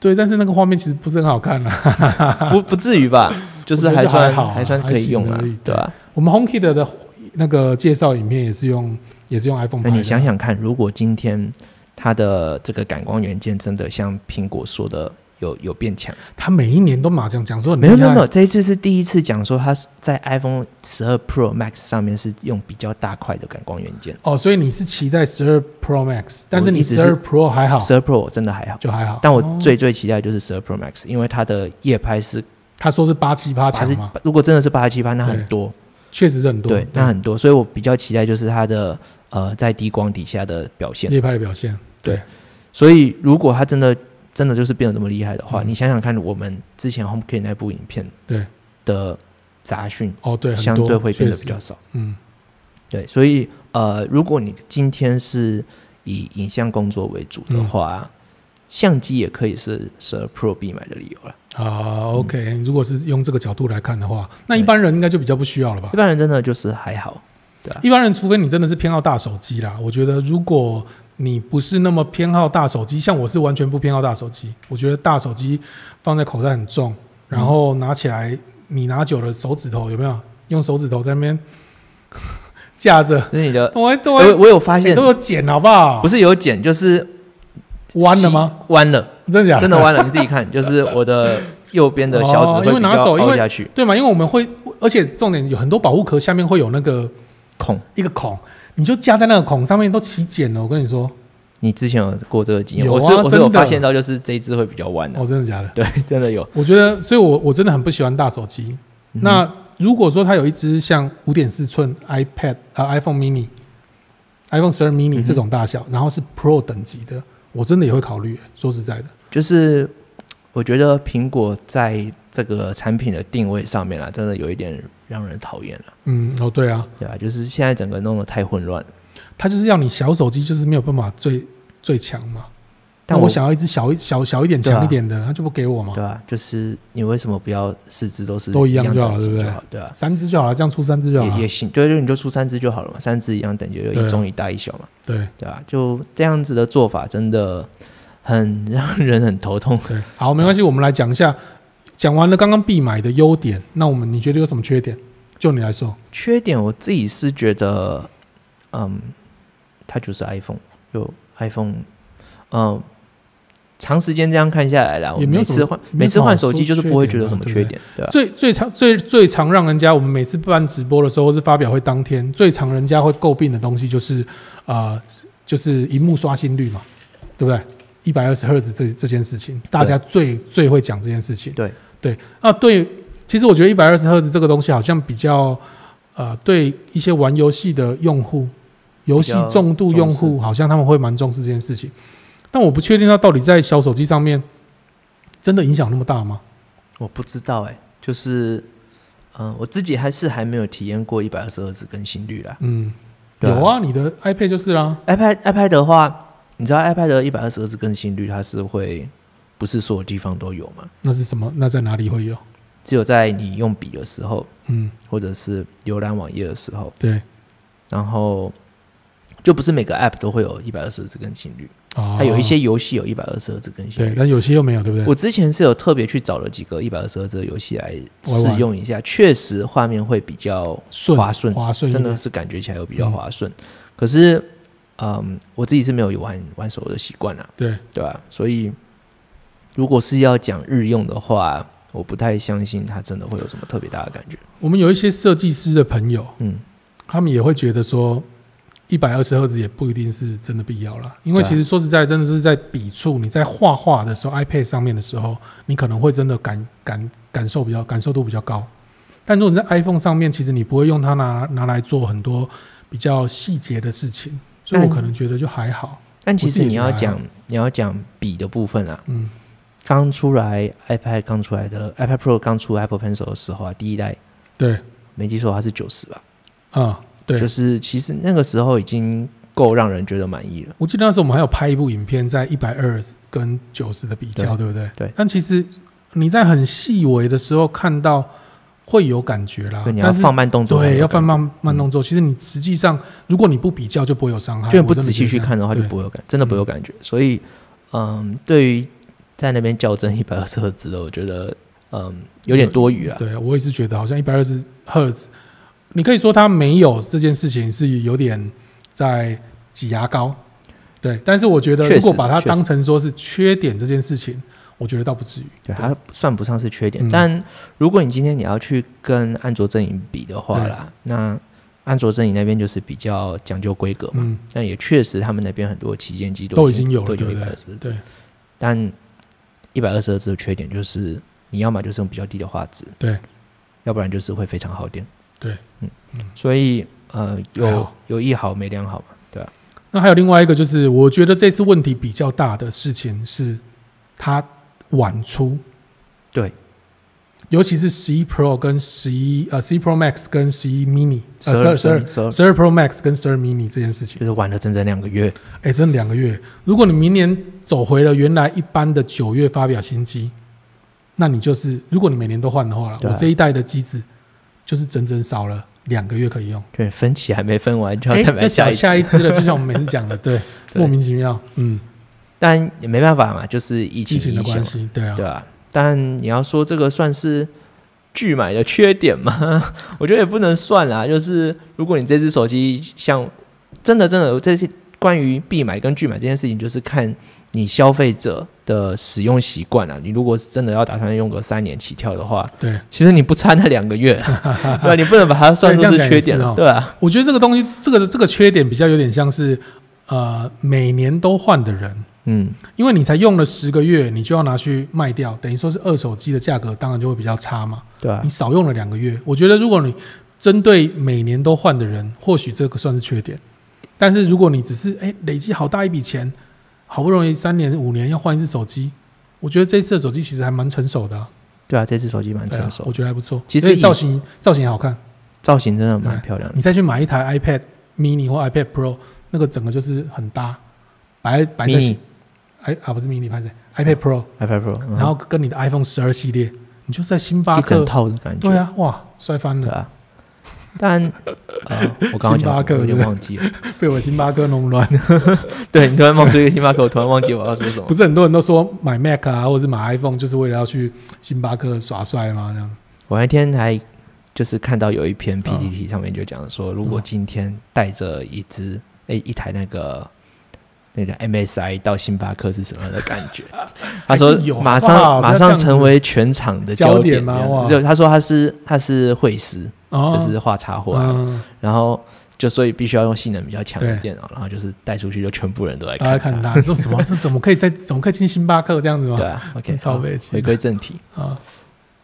B: 对，但是那个画面其实不是很好看啊。
A: 不不至于吧？就是
B: 我觉得
A: 算
B: 还好啊
A: 还算可以用啊
B: 还行而已，
A: 对吧？
B: 我们 HomeKit 的那个介绍影片也是用也是用 iPhone
A: 那
B: 拍的。
A: 你想，想看，如果今天它的这个感光元件真的像苹果说的有有变强。
B: 他每一年都马上讲说很
A: 没有没有没
B: 有
A: 有，这一次是第一次讲说它在 iPhone 十二 Pro Max 上面是用比较大块的感光元件，
B: 哦，所以你是期待十二 Pro Max，但是
A: 我
B: 你
A: 一直
B: 十
A: 是
B: 二 Pro 还好，
A: 十二 Pro 我真的还好。
B: 就还好。
A: 但我
B: 哦
A: 最最期待就是十二 Pro Max，因为它的夜拍是
B: 他说是八七
A: 八
B: 八强
A: 十
B: 嘛，，
A: 如果真的是八十七拍，那很
B: 对
A: 多，
B: 确实是很多。
A: 对，那很多，所以我比较期待就是它的呃在低光底下的表现。
B: 嗯夜拍的表现，
A: 所以如果它真的真的就是变得那么厉害的话，
B: 嗯
A: 你想想看，我们之前 HomeKit 那部影片
B: 对
A: 的杂讯
B: 哦对，很
A: 相
B: 多
A: 对会变得比
B: 确
A: 较
B: 实
A: 少。
B: 嗯
A: 对，所以呃，如果你今天是以影像工作为主
B: 嗯
A: 的话，相机也可以是十二 Pro 必买的理由了。
B: 啊 OK，
A: 嗯
B: 如果是用这个角度来看的话，那一般人应该就比较不需要了吧
A: 一？般人真的就是还好，对吧、
B: 一般人，除非你真的是偏好大手机啦，我觉得如果你不是那么偏好大手机，像我是完全不偏好大手机，我觉得大手机放在口袋很重，
A: 嗯
B: 然后拿起来你拿久了手指头有没有用手指头在那边 架着，
A: 就是你的，
B: 我会都
A: 我
B: 会
A: 我有发
B: 你
A: 现，
B: 都有剪好不好？
A: 不是有剪，就是
B: 弯了吗？
A: 吸？弯了，
B: 真的假的？
A: 真的弯了，你自己看，就是我的右边的小
B: 哦
A: 指
B: 因
A: 会
B: 为
A: 比
B: 拿
A: 较
B: 手因为
A: 凹下去，
B: 对嘛？因为我们会，而且重点有很多保护壳下面会有那个
A: 孔。
B: 一个孔，你就夹在那个孔上面都起茧了。我跟你说，
A: 你之前有过这个经验？
B: 有啊
A: 我是我是有
B: 真的
A: 发现到，就是这一只会比较弯的、
B: 哦，真的假的？
A: 对，真的有。
B: 我觉得，所以我我真的很不喜欢大手机。
A: 嗯
B: 那如果说它有一只像五点四寸 iPad 啊、iPhone mini、iPhone 十二
A: 嗯
B: mini
A: 哼
B: 这种大小，然后是 Pro 等级的，我真的也会考虑。说实在的，
A: 就是我觉得苹果在这个产品的定位上面啊，真的有一点让人讨厌了，
B: 嗯，哦，对啊，
A: 对吧？就是现在整个弄得太混乱了。
B: 它就是要你小手机，就是没有办法最最强嘛。
A: 但
B: 但
A: 我
B: 我想要一只小一小小一点、
A: 对啊
B: 强一点的，他就不给我嘛
A: 对。吧？就是你为什么不要四只都是
B: 都一
A: 一
B: 样就好
A: 等级
B: 了对不对
A: 就好对吧？啊
B: 三只就好了，这样出三只就好
A: 也
B: 了
A: 也。行，对，就你就出三只就好了嘛，三只一样等级，就
B: 啊对啊
A: 一中一大一小嘛，
B: 对
A: 对吧？就这样子的做法真的很 让人很头痛。
B: 对，好，没关系，我们来讲一下，讲完了刚刚必买的优点，那我们你觉得有什么缺点？就你来说，
A: 缺点我自己是觉得，嗯，它就是 iPhone，就 iPhone，嗯，长时间这样看下来啦，我
B: 也没有
A: 每
B: 什
A: 次
B: 么
A: 换
B: 没
A: 每
B: 有什
A: 次
B: 么
A: 换手机
B: 好
A: 就
B: 说
A: 是不会觉
B: 缺
A: 得有
B: 点
A: 什
B: 嘛
A: 么
B: 对不
A: 缺
B: 对
A: 点，对吧、
B: 最最常最最常让人家，我们每次办直播的时候，或是发表会当天，最常人家会诟病的东西就是，呃，就是荧幕刷新率嘛，对不对？一百二十赫兹这这件事情，大家最最会讲这件事情。
A: 对
B: 对啊，对，其实我觉得一百二十赫兹这个东西好像比较，呃，对一些玩游戏的用户，游戏
A: 比较
B: 重度用
A: 重
B: 户，好像他们会蛮重视这件事情。但我不确定它到底在小手机上面真的影响那么大吗？
A: 我不知道哎、就是，嗯，我自己还是还没有体验过一百二十赫兹更新率啦。
B: 嗯，
A: 对
B: 有啊，你的 iPad 就是啦。
A: iPad iPad 的话，你知道 iPad 的一百二十赫兹更新率它是会不是所有地方都有嘛？
B: 那是什么？那在哪里会有？
A: 只有在你用笔的时候，
B: 嗯，
A: 或者是浏览网页的时候。
B: 对
A: 然后就不是每个 App 都会有一百二十赫兹更新率，
B: 啊，
A: 它有一些游戏有一百二十赫兹更新
B: 对，
A: 率。
B: 但有些又没有，对不对？
A: 我之前是有特别去找了几个一百二十赫兹的游戏来
B: 玩
A: 试用一下，确实画面会比较
B: 顺
A: 滑顺
B: 滑顺一
A: 真
B: 点
A: 的是感觉起来有比
B: 嗯
A: 较滑顺。可是，嗯，我自己是没有玩玩手游的习惯啊，
B: 对，
A: 对吧、所以，如果是要讲日用的话，我不太相信它真的会有什么特别大的感觉。
B: 我们有一些设计师的朋友，
A: 嗯，
B: 他们也会觉得说，一百二十赫兹也不一定是真的必要啦，因为
A: 对啊
B: 其实说实在，真的是在笔触你在画画的时候，iPad 上面的时候，你可能会真的感感感受比较感受度比较高。但如果你在 iPhone 上面，其实你不会用它拿拿来做很多比较细节的事情，所以我
A: 但
B: 可能觉得就还好。
A: 但其
B: 我自
A: 实
B: 己
A: 你
B: 觉得
A: 要
B: 还好
A: 讲你要讲笔的部分啊，
B: 嗯，
A: 刚出来 iPad 刚出来的 iPad Pro 刚出 Apple Pencil 的时候啊，第一代
B: 对，
A: 没记错它是九十吧，
B: 啊、对，
A: 就是其实那个时候已经够让人觉得满意了。
B: 我记得那时候我们还有拍一部影片，在一百二跟九十的比较，对不对？
A: 对
B: 但其实你在很细微的时候看到会有感觉啦，
A: 啊对，你要
B: 但是
A: 放慢动作才有感
B: 对
A: 觉，
B: 要放慢慢动作。其实你实际上如果你不比较，就不会有伤害。
A: 就你
B: 啊我
A: 不
B: 真
A: 仔细
B: 觉
A: 去
B: 得这样
A: 看的话，就
B: 对
A: 不会有感，真的不会有感觉。所以，嗯，对于在那边较真一百二十赫兹的，我觉得嗯有点多余了。
B: 对我也是觉得好像一百二十赫兹，你可以说它没有这件事情是有点在挤牙膏，对。但是我觉得
A: 确
B: 如
A: 实
B: 果把它
A: 确实
B: 当成说是缺点这件事情，我觉得倒不至于。
A: 对，它算不上是缺点。
B: 嗯
A: 但如果你今天你要去跟安卓阵营比的话啦，那安卓阵营那边就是比较讲究规格嘛。
B: 嗯，
A: 但也确实，他们那边很多旗舰机
B: 都
A: 已
B: 已经有了
A: 都
B: 对
A: 有一
B: 不
A: 百
B: 对
A: 二十
B: 对
A: 赫但一百二十赫兹的缺点就是，你要么就是用比较低的画质，
B: 对，
A: 要不然就是会非常耗电。
B: 对，
A: 嗯
B: 嗯，
A: 所以呃，
B: 还
A: 有
B: 好
A: 有一好没两好嘛，对吧、
B: 那还有另外一个就是，我觉得这次问题比较大的事情是它晚出，
A: 对，
B: 尤其是十一 Pro 跟十一呃十一 Pro Max 跟十一 Mini 呃十二十二
A: 十二
B: 十二 Pro Max 跟十二 Mini 这件事情
A: 就，是玩了整整两个月，
B: 哎，真的两个月。如果你明年走回了原来一般的九月发表新机，那你就是如果你每年都换的话啦，
A: 对
B: 我这一代的机子就是整整少了两个月可以用。
A: 对，分歧还没分完就要
B: 哎
A: 再买
B: 要
A: 下
B: 找
A: 一次。
B: 下一支了，就像我们每次讲的， 对，
A: 对
B: 莫名其妙，嗯，
A: 但也没办法嘛，就是疫情
B: 疫情的
A: 影响
B: 关，系，对啊，
A: 对吧、但你要说这个算是拒买的缺点吗？ 我觉得也不能算啦。就是如果你这只手机像真的真的这些关于必买跟拒买这件事情，就是看你消费者的使用习惯啊。你如果是真的要打算用个三年起跳的话，
B: 对，
A: 其实你不差那两个 月啊，对吧、你不能把它算作是缺点了，啊
B: 对
A: 对吧、
B: 我觉得这个东西，这个这个缺点比较有点像是，呃，每年都换的人，
A: 嗯，
B: 因为你才用了十个月，你就要拿去卖掉，等于说是二手机的价格当然就会比较差嘛。
A: 对吧、啊
B: 你少用了两个月，我觉得如果你针对每年都换的人，或许这个算是缺点。但是如果你只是哎累积好大一笔钱，好不容易三年五年要换一次手机，我觉得这次的手机其实还蛮成熟的、啊，
A: 对啊，这只手机蛮
B: 对啊
A: 成熟，
B: 我觉得还不错。
A: 其实
B: 而且
A: 以
B: 造型造型也好看，
A: 造型真的蛮漂亮的。
B: 你再去买一台 iPad Mini 或 iPad Pro，那个整个就是很搭，摆摆在
A: mini
B: 哎啊不是 Mini，拍谁 iPad Pro，、
A: iPad Pro，嗯
B: 然后跟你的 iPhone 十二系列，你就是在星巴
A: 一整
B: 克，
A: 套的感觉，
B: 对啊，哇，帅翻
A: 对
B: 了，
A: 啊。但 呃，我刚刚讲
B: 嗯星巴
A: 什么
B: 克
A: 我有
B: 对
A: 点
B: 不对
A: 忘记 了。
B: 被我星巴克弄乱。
A: 啊对你啊突然冒出一个星巴克，我突然忘记我要说 什么
B: 不。是很多人都说买 Mac 啊，或者是买 iPhone 就是为了要去星巴克耍帅吗？这样，
A: 我那天还就是看到有一
B: 嗯
A: 篇 PPT 上面就讲说，如果今天带着一
B: 嗯
A: 只诶、一台那个那个 MSI 到星巴克是什么样的感 觉？他说
B: 还是有啊好不好
A: 马上
B: 不要
A: 马
B: 这样
A: 上
B: 子
A: 成为全场的
B: 焦
A: 焦
B: 点
A: 点
B: 吗
A: 这样子
B: 哇
A: 就他说他是他是会师，
B: 哦，
A: 就是画插画的，
B: 嗯，
A: 然后就所以必须要用性能比较强的
B: 对
A: 电脑，然后就是带出去就全部人都来
B: 大家
A: 看
B: 看
A: 它。
B: 他，这怎么这怎么可以在怎么可以进星巴克这样子
A: 对
B: 吗？
A: 啊，OK，
B: 超
A: 好
B: 悲情
A: 回归正题，
B: 啊，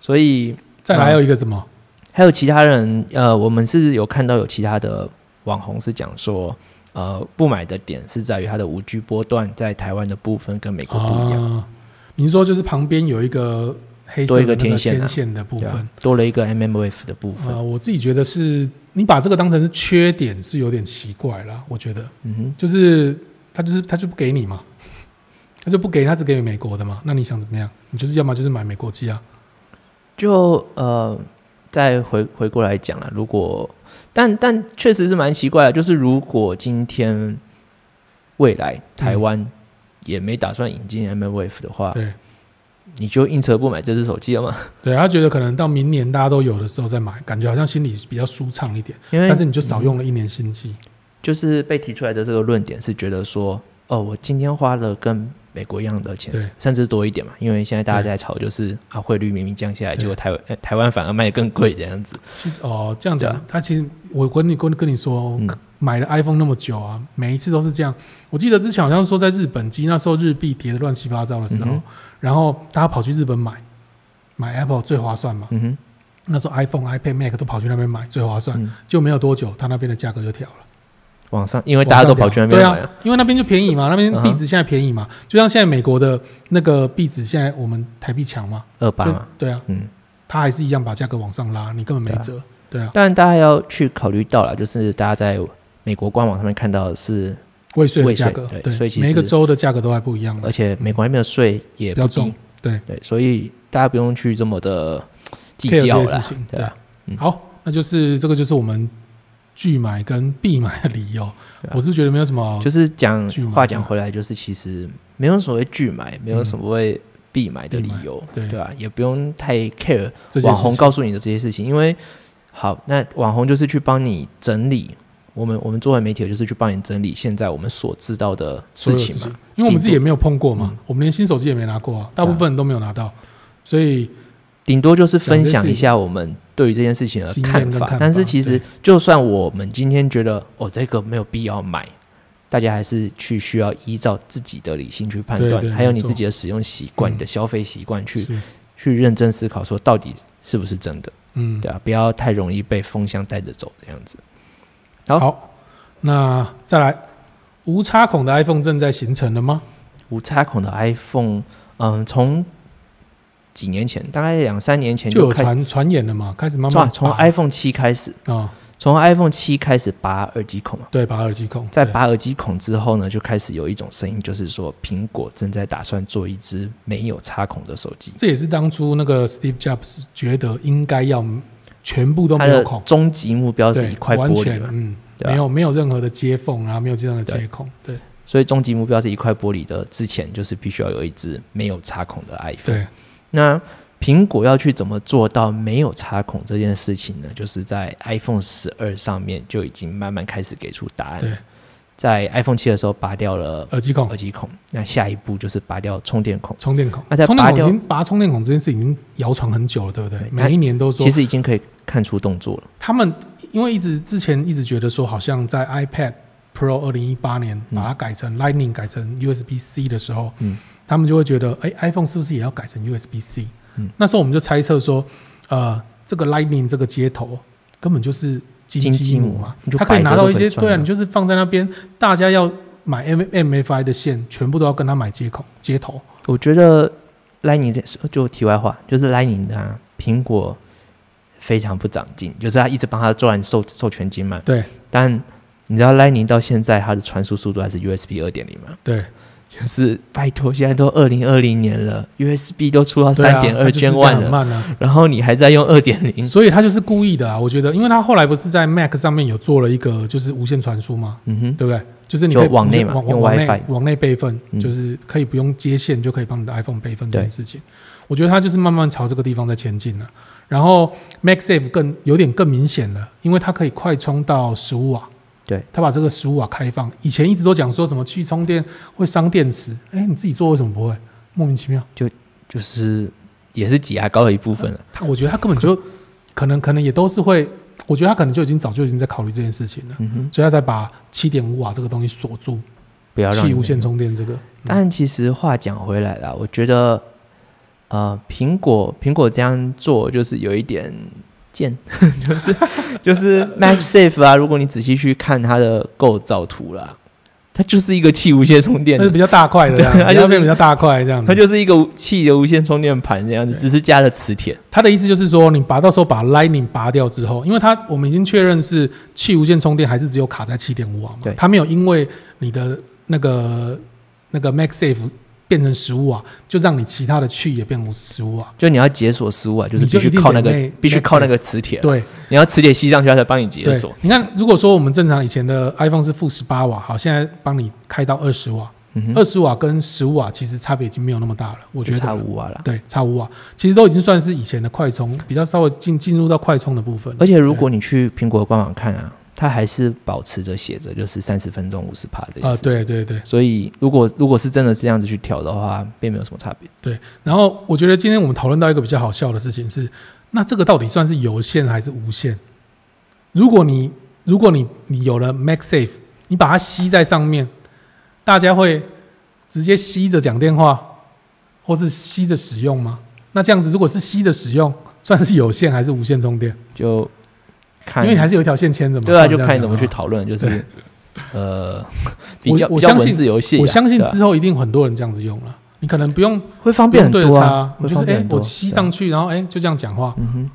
A: 所以
B: 再来还有一个什么？
A: 还有其他人，呃，我们是有看到有其他的网红是讲说，呃，不买的点是在于它的五 G 波段在台湾的部分跟美国不一样，
B: 啊，您说就是旁边有一个黑色
A: 多
B: 的
A: 一个
B: 那
A: 天线啊
B: 天线的部
A: 对
B: 分
A: 啊，多了一个 mmWave 的部分。
B: 啊，我自己觉得是你把这个当成是缺点是有点奇怪啦，我觉得
A: 嗯哼，
B: 就是他就是他就不给你嘛。他就不给，他只给美国的嘛。那你想怎么样？你就是要么就是买美国机啊，
A: 就呃，再回回过来讲了，啊如果但但确实是蛮奇怪的，就是如果今天未来台湾也没打算引进 mmWave 的话，
B: 对，
A: 你就硬扯不买这只手机了嘛？
B: 对他觉得可能到明年大家都有的时候再买，感觉好像心里比较舒畅一点。
A: 因为
B: 但是你就少用了一年新机，
A: 就是被提出来的这个论点是觉得说，哦，我今天花了跟美国一样的钱
B: 对，
A: 甚至多一点嘛，因为现在大家在吵就是啊，汇率明明降下来，
B: 对
A: 结果台湾、呃台湾反而卖得更贵这样子。
B: 其实哦这样
A: 对啊
B: 讲，他其实我跟你跟跟你说
A: 嗯，
B: 买了 iPhone 那么久啊，每一次都是这样。我记得之前好像说在日本机那时候日币跌得乱七八糟的时
A: 嗯
B: 候
A: 哼，
B: 然后大家跑去日本买，买 Apple 最划算嘛。
A: 嗯哼，
B: 那时候 iPhone、iPad、Mac 都跑去那边买最划算，
A: 嗯
B: 就没有多久，它那边的价格就调了。
A: 往上，因为大家都跑去那边
B: 往
A: 买
B: 上
A: 了
B: 调，对啊，因为那边就便宜嘛，那边
A: 嗯哼
B: 币值现在便宜嘛，就像现在美国的那个币值，现在我们台币强嘛，
A: 二八
B: 就
A: 嘛，
B: 对啊，
A: 嗯。
B: 它还是一样把价格往上拉，你根本没辙，对啊，
A: 但大家要去考虑到了，就是大家在美国官网上面看到的是，
B: 未税的
A: 未税
B: 价格，
A: 对所以
B: 对，
A: 其实呃
B: 每一个州的价格都还不一样嘛
A: 而，且美国那边的税也
B: 比
A: 不
B: 较
A: 低
B: 重，对，
A: 对，所以大家不用去这么的计
B: care
A: 较
B: 这些
A: 了
B: 事，情，
A: 对
B: 对啊
A: 吧？嗯
B: 好，那就是这个就是我们拒买跟必买的理由
A: 对啊，
B: 我是觉得没有什么，
A: 就是讲
B: 哦拒买啊
A: 话讲回来，就是其实没有所谓拒买，没有所谓必买的理由，
B: 必嗯买对
A: 对吧、也不用太 care
B: 这些
A: 网
B: 事
A: 红
B: 情
A: 告诉你的这些事情，因为好，那网红就是去帮你整理我们我们作为媒体就是去帮你整理现在我们所知道的事
B: 所有
A: 情
B: 事
A: 嘛。
B: 情，因为我们自己也没有碰过
A: 嗯
B: 嘛，我们连新手机也没拿过啊，大部分人都没有拿到，所以
A: 顶多就是分享一下我们对于这件事情的
B: 经验
A: 看
B: 跟
A: 法，
B: 看法
A: 但是其实
B: 对
A: 就算我们今天觉得哦这个没有必要买，大家还是去需要依照自己的理性去判
B: 对
A: 断，
B: 对
A: 还有你
B: 没错
A: 自己的使用习惯、
B: 嗯
A: 你的消费习惯去
B: 是
A: 去认真思考，说到底是不是真的，
B: 嗯
A: 对啊，不要太容易被风向带着走这样子。好
B: 好，那再来，无插孔的 iPhone 正在形成了吗？
A: 无插孔的 iPhone，嗯，从几年前，大概两三年前
B: 就有
A: 哎开，
B: 传传言了嘛，开始慢
A: 从
B: 慢
A: 从
B: 拔
A: iPhone 七开始，
B: 啊，
A: 从 iPhone 七开始拔耳机孔嘛。
B: 对，拔耳机孔，
A: 在
B: 对
A: 拔耳机孔之后呢，就开始有一种声音，就是说苹果正在打算做一只没有插孔的手机，
B: 这也是当初那个 Steve Jobs 觉得应该要全部都
A: 它
B: 没有
A: 的
B: 孔，
A: 终极目标是
B: 对
A: 一，块
B: 完
A: 玻璃
B: 全
A: 嘛，
B: 嗯，
A: 对吧
B: 没有没有任何的接缝啊，没有这样的
A: 对
B: 接孔，对
A: 所以终极目标是一块玻璃的之前，就是必须要有一只没有插孔的 iPhone。
B: 对，
A: 那苹果要去怎么做到没有插孔这件事情呢？就是在 iPhone 十二上面就已经慢慢开始给出答案。
B: 对，
A: 在 iPhone 七的时候拔掉了
B: 耳机孔
A: 耳、机孔，那下一步就是拔掉充电孔。
B: 充电孔
A: 那在，
B: 充
A: 拔
B: 电孔
A: 掉
B: 已经拔充电孔这件事已经谣传很久了，对不对
A: 对？
B: 每一年都说
A: 其实已经可以看出动作了。
B: 他们因为一直之前一直觉得说，好像在 iPad Pro 二零一八年
A: 嗯
B: 把它改成 Lightning 改成 USB C 的时候，
A: 嗯
B: 他们就会觉得，哎、i p h o n e 是不是也要改成 USB C？、
A: 嗯
B: 那时候我们就猜测说，呃，这个 Lightning 这个接头根本就是金
A: 金
B: 鸡
A: 鸡
B: 母
A: 母啊
B: 嘛
A: 你，就
B: 它可以
A: 摆着
B: 拿到
A: 都
B: 一
A: 可以
B: 些，
A: 赚
B: 对
A: 了
B: 啊，你就是放在那边，大家要买 M M F I 的线，全部都要跟它买接口接头，
A: 我觉得莱宁这就题外话，就是莱宁啊，苹果非常不长进，就是他一直帮他赚授授权金嘛。
B: 对
A: 但你知道莱宁到现在它的传输速度还是 USB 二点零吗？
B: 对，啊
A: 就是拜托，现在都二零二零年了，USB 都出到
B: 对
A: 三
B: 啊
A: 点
B: 它
A: 二
B: 就是
A: 千
B: 这样
A: 万
B: 很
A: 了，
B: 慢啊，
A: 然后你还在用二点零，
B: 所以他就是故意的啊，我觉得，因为他后来不是在 Mac 上面有做了一个就是无线传输嘛，
A: 嗯哼，
B: 对不对？就是你可以
A: 就往内嘛
B: 往
A: 用
B: 往往内
A: Wi-Fi
B: 往内备份，
A: 嗯
B: 就是可以不用接线就可以帮你的 iPhone 备份这
A: 对
B: 件事情。我觉得他就是慢慢朝这个地方在前进了、然后 MagSafe 更有点更明显了，因为它可以快充到十五瓦。
A: 对，
B: 他把这个十五瓦开放。以前一直都讲说什么去充电会伤电池，哎，你自己做为什么不会？莫名其妙。
A: 就是也是挤牙膏的一部分了。
B: 他我觉得他根本就可能可能也都是会，我觉得他可能就已经早就已经在考虑这件事情了，
A: 嗯哼，
B: 所以他才把七点五瓦这个东西锁住，
A: 不要让
B: 气
A: 你
B: 无线。充电这个。
A: 但其实话讲回来啦，我觉得，呃，苹果苹果这样做就是有一点贱， 就是就是 MagSafe 啊，如果你仔细去看它的构造图啦，它就是一个气无线充电
B: 它
A: 的
B: 是比较大块的这样，
A: 对它
B: 它
A: 就是
B: 就变比较大块这样子。
A: 它就是一个气的无线充电盘这样子，
B: 对
A: 只是加了磁铁。
B: 它的意思就是说，你拔到时候把 Lightning 拔掉之后，因为它我们已经确认是气无线充电，还是只有卡在七点五瓦嘛
A: 对，
B: 它没有因为你的那个那个 MagSafe 变成十五瓦，就让你其他的气也变成十五瓦。
A: 就你要解锁十五啊，就是
B: 你就
A: 必须
B: 一定
A: 靠那个
B: 得内
A: 必须靠那
B: Max
A: 个磁铁，
B: 对，
A: 你要磁铁吸上去，它才帮你解
B: 对
A: 锁。，
B: 你看，如果说我们正常以前的 iPhone 是负十八瓦，好，现在帮你开到二十瓦，
A: 嗯
B: 二
A: 哼，
B: 十瓦跟十五瓦其实差别已经没有那么大了，我觉
A: 就
B: 得
A: 差五瓦啦。
B: 对，差五瓦，其实都已经算是以前的快充，比较稍微进进入到快充的部分。
A: 而且如果你去苹果官网看啊，它还是保持着写着就是三十分钟五十帕这
B: 啊、
A: 件事情。
B: 对对对
A: 所以如果如果是真的这样子去调的话，并没有什么差别。
B: 对。然后我觉得今天我们讨论到一个比较好笑的事情是，那这个到底算是有线还是无线？如果你如果你你有了 MagSafe，你把它吸在上面，大家会直接吸着讲电话，或是吸着使用吗？那这样子如果是吸着使用，算是有线还是无线充电？
A: 就
B: 因
A: 看，
B: 为你还是有一条线牵着嘛。
A: 对啊，
B: 不
A: 就
B: 然这样
A: 看你
B: 讲
A: 怎么去
B: 好
A: 讨 论，就是
B: 对
A: 呃， 比
B: 我
A: 较
B: 我
A: 比较
B: 相
A: 文
B: 信
A: 字游戏啊，
B: 我相信
A: 对啊
B: 之后一定很多人这样子用了，你可能不用
A: 会方
B: 不
A: 便很
B: 用对着
A: 多
B: 插
A: 啊，
B: 你
A: 会
B: 就是
A: 方
B: 哎、
A: 便很多
B: 我吸
A: 对啊
B: 上去，然后哎、就这样讲话，
A: 嗯哼，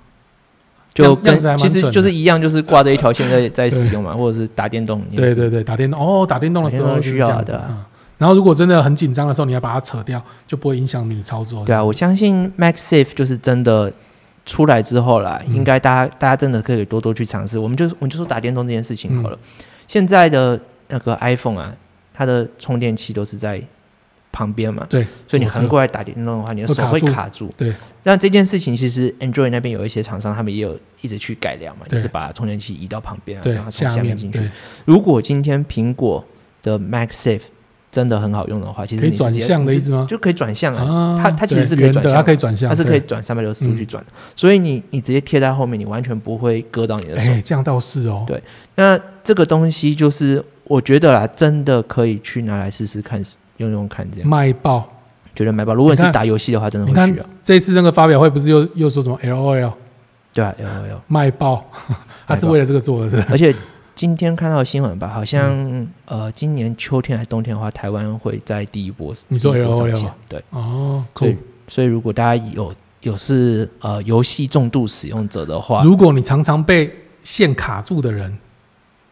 B: 这
A: 就
B: 样这
A: 跟
B: 样子还蛮
A: 其实
B: 蠢
A: 就是
B: 的
A: 一样，就是挂着一条线在在
B: 对
A: 使用嘛，或者是打电动。
B: 对对，对，打电动哦，打电动的时
A: 打电
B: 候
A: 动
B: 就是
A: 需
B: 这
A: 要
B: 样子
A: 的啊
B: 嗯然后如果真的很紧张的时候，你要把它扯掉，就不会影响你操作。
A: 对啊，我相信 MagSafe 就是真的出来之后啦，
B: 嗯
A: 应该大家大家真的可以多多去尝试。我们就我们就说打电动这件事
B: 嗯
A: 情好了。现在的那个 iPhone 啊，它的充电器都是在旁边嘛，
B: 对，
A: 所以你
B: 左侧
A: 横过来打电动的话，你的手会
B: 会卡住
A: 卡住。
B: 对，
A: 但这件事情其实 Android 那边有一些厂商，他们也有一直去改良嘛，
B: 对
A: 就是把充电器移到旁边啊，
B: 对
A: 让它从
B: 下
A: 下面
B: 面
A: 进去。
B: 对
A: 如果今天苹果的 MagSafe 真的很好用的话，其实
B: 可以
A: 你是直接
B: 转向的意思吗
A: 就就可以转向啊，
B: 啊，
A: 它它其实是可以
B: 对
A: 转
B: 圆的，
A: 向
B: 它可以转向，
A: 它是可以
B: 对
A: 转三百六十度去转的，所以你你直接贴在后面，你完全不会割到你的手。
B: 哎，这样倒是哦，
A: 对那这个东西就是我觉得啦，真的可以去拿来试试看，用用看这样，
B: 卖爆。
A: 觉得买吧。如果你是
B: 嗯你看
A: 打游戏的话，真的
B: 你
A: 会
B: 看
A: 需要。
B: 这次那个发表会不是又又说什么 L O L
A: 对啊，有有有。
B: 卖爆，他是为了这个做的，是吧
A: 而且今天看到的新闻吧，好像、
B: 嗯
A: 呃，今年秋天还冬天的话，台湾会在第一波，
B: 你说哎
A: 第一波
B: LOL
A: 上线
B: 吗
A: 对，
B: 哦，
A: 所
B: 酷
A: 以。所以如果大家有有是呃游戏重度使用者的话，
B: 如果你常常被线卡住的人，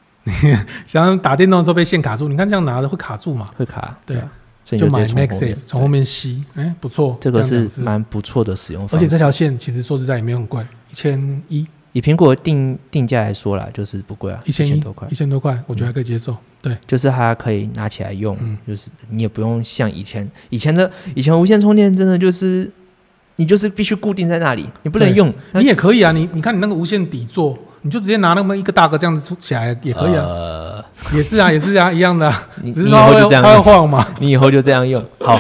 B: 想要打电动的时候被线卡住，你看这样拿着会卡住嘛？
A: 会卡，
B: 对
A: 啊，所以
B: 就
A: 你就
B: 买
A: 直接从后
B: MagSafe
A: 面
B: 从后面吸，哎，不错，
A: 这个
B: 样两
A: 是
B: 只
A: 蛮不错的使用
B: 而
A: 方式。
B: 且这条线其实说实在也没有很贵，一千一，
A: 以苹果的定定价来说啦，就是不贵啊，
B: 一千
A: 1000
B: 一
A: 多块
B: 一，千多块，我觉得还可以接受。对，
A: 就是它可以拿起来用，
B: 嗯
A: 就是你也不用像以前以前的以前无线充电真的就是你就是必须固定在那里，你不能
B: 对
A: 用，
B: 你也可以啊，你你看你那个无线底座，你就直接拿那么一个大个这样子出起来也可以啊，
A: 呃，
B: 也是啊，也是啊，一样的啊，
A: 你
B: 只
A: 你
B: 是
A: 以
B: 说它
A: 后就
B: 会
A: 这
B: 它会
A: 样用，
B: 晃嘛，
A: 你以后就这样用， 好。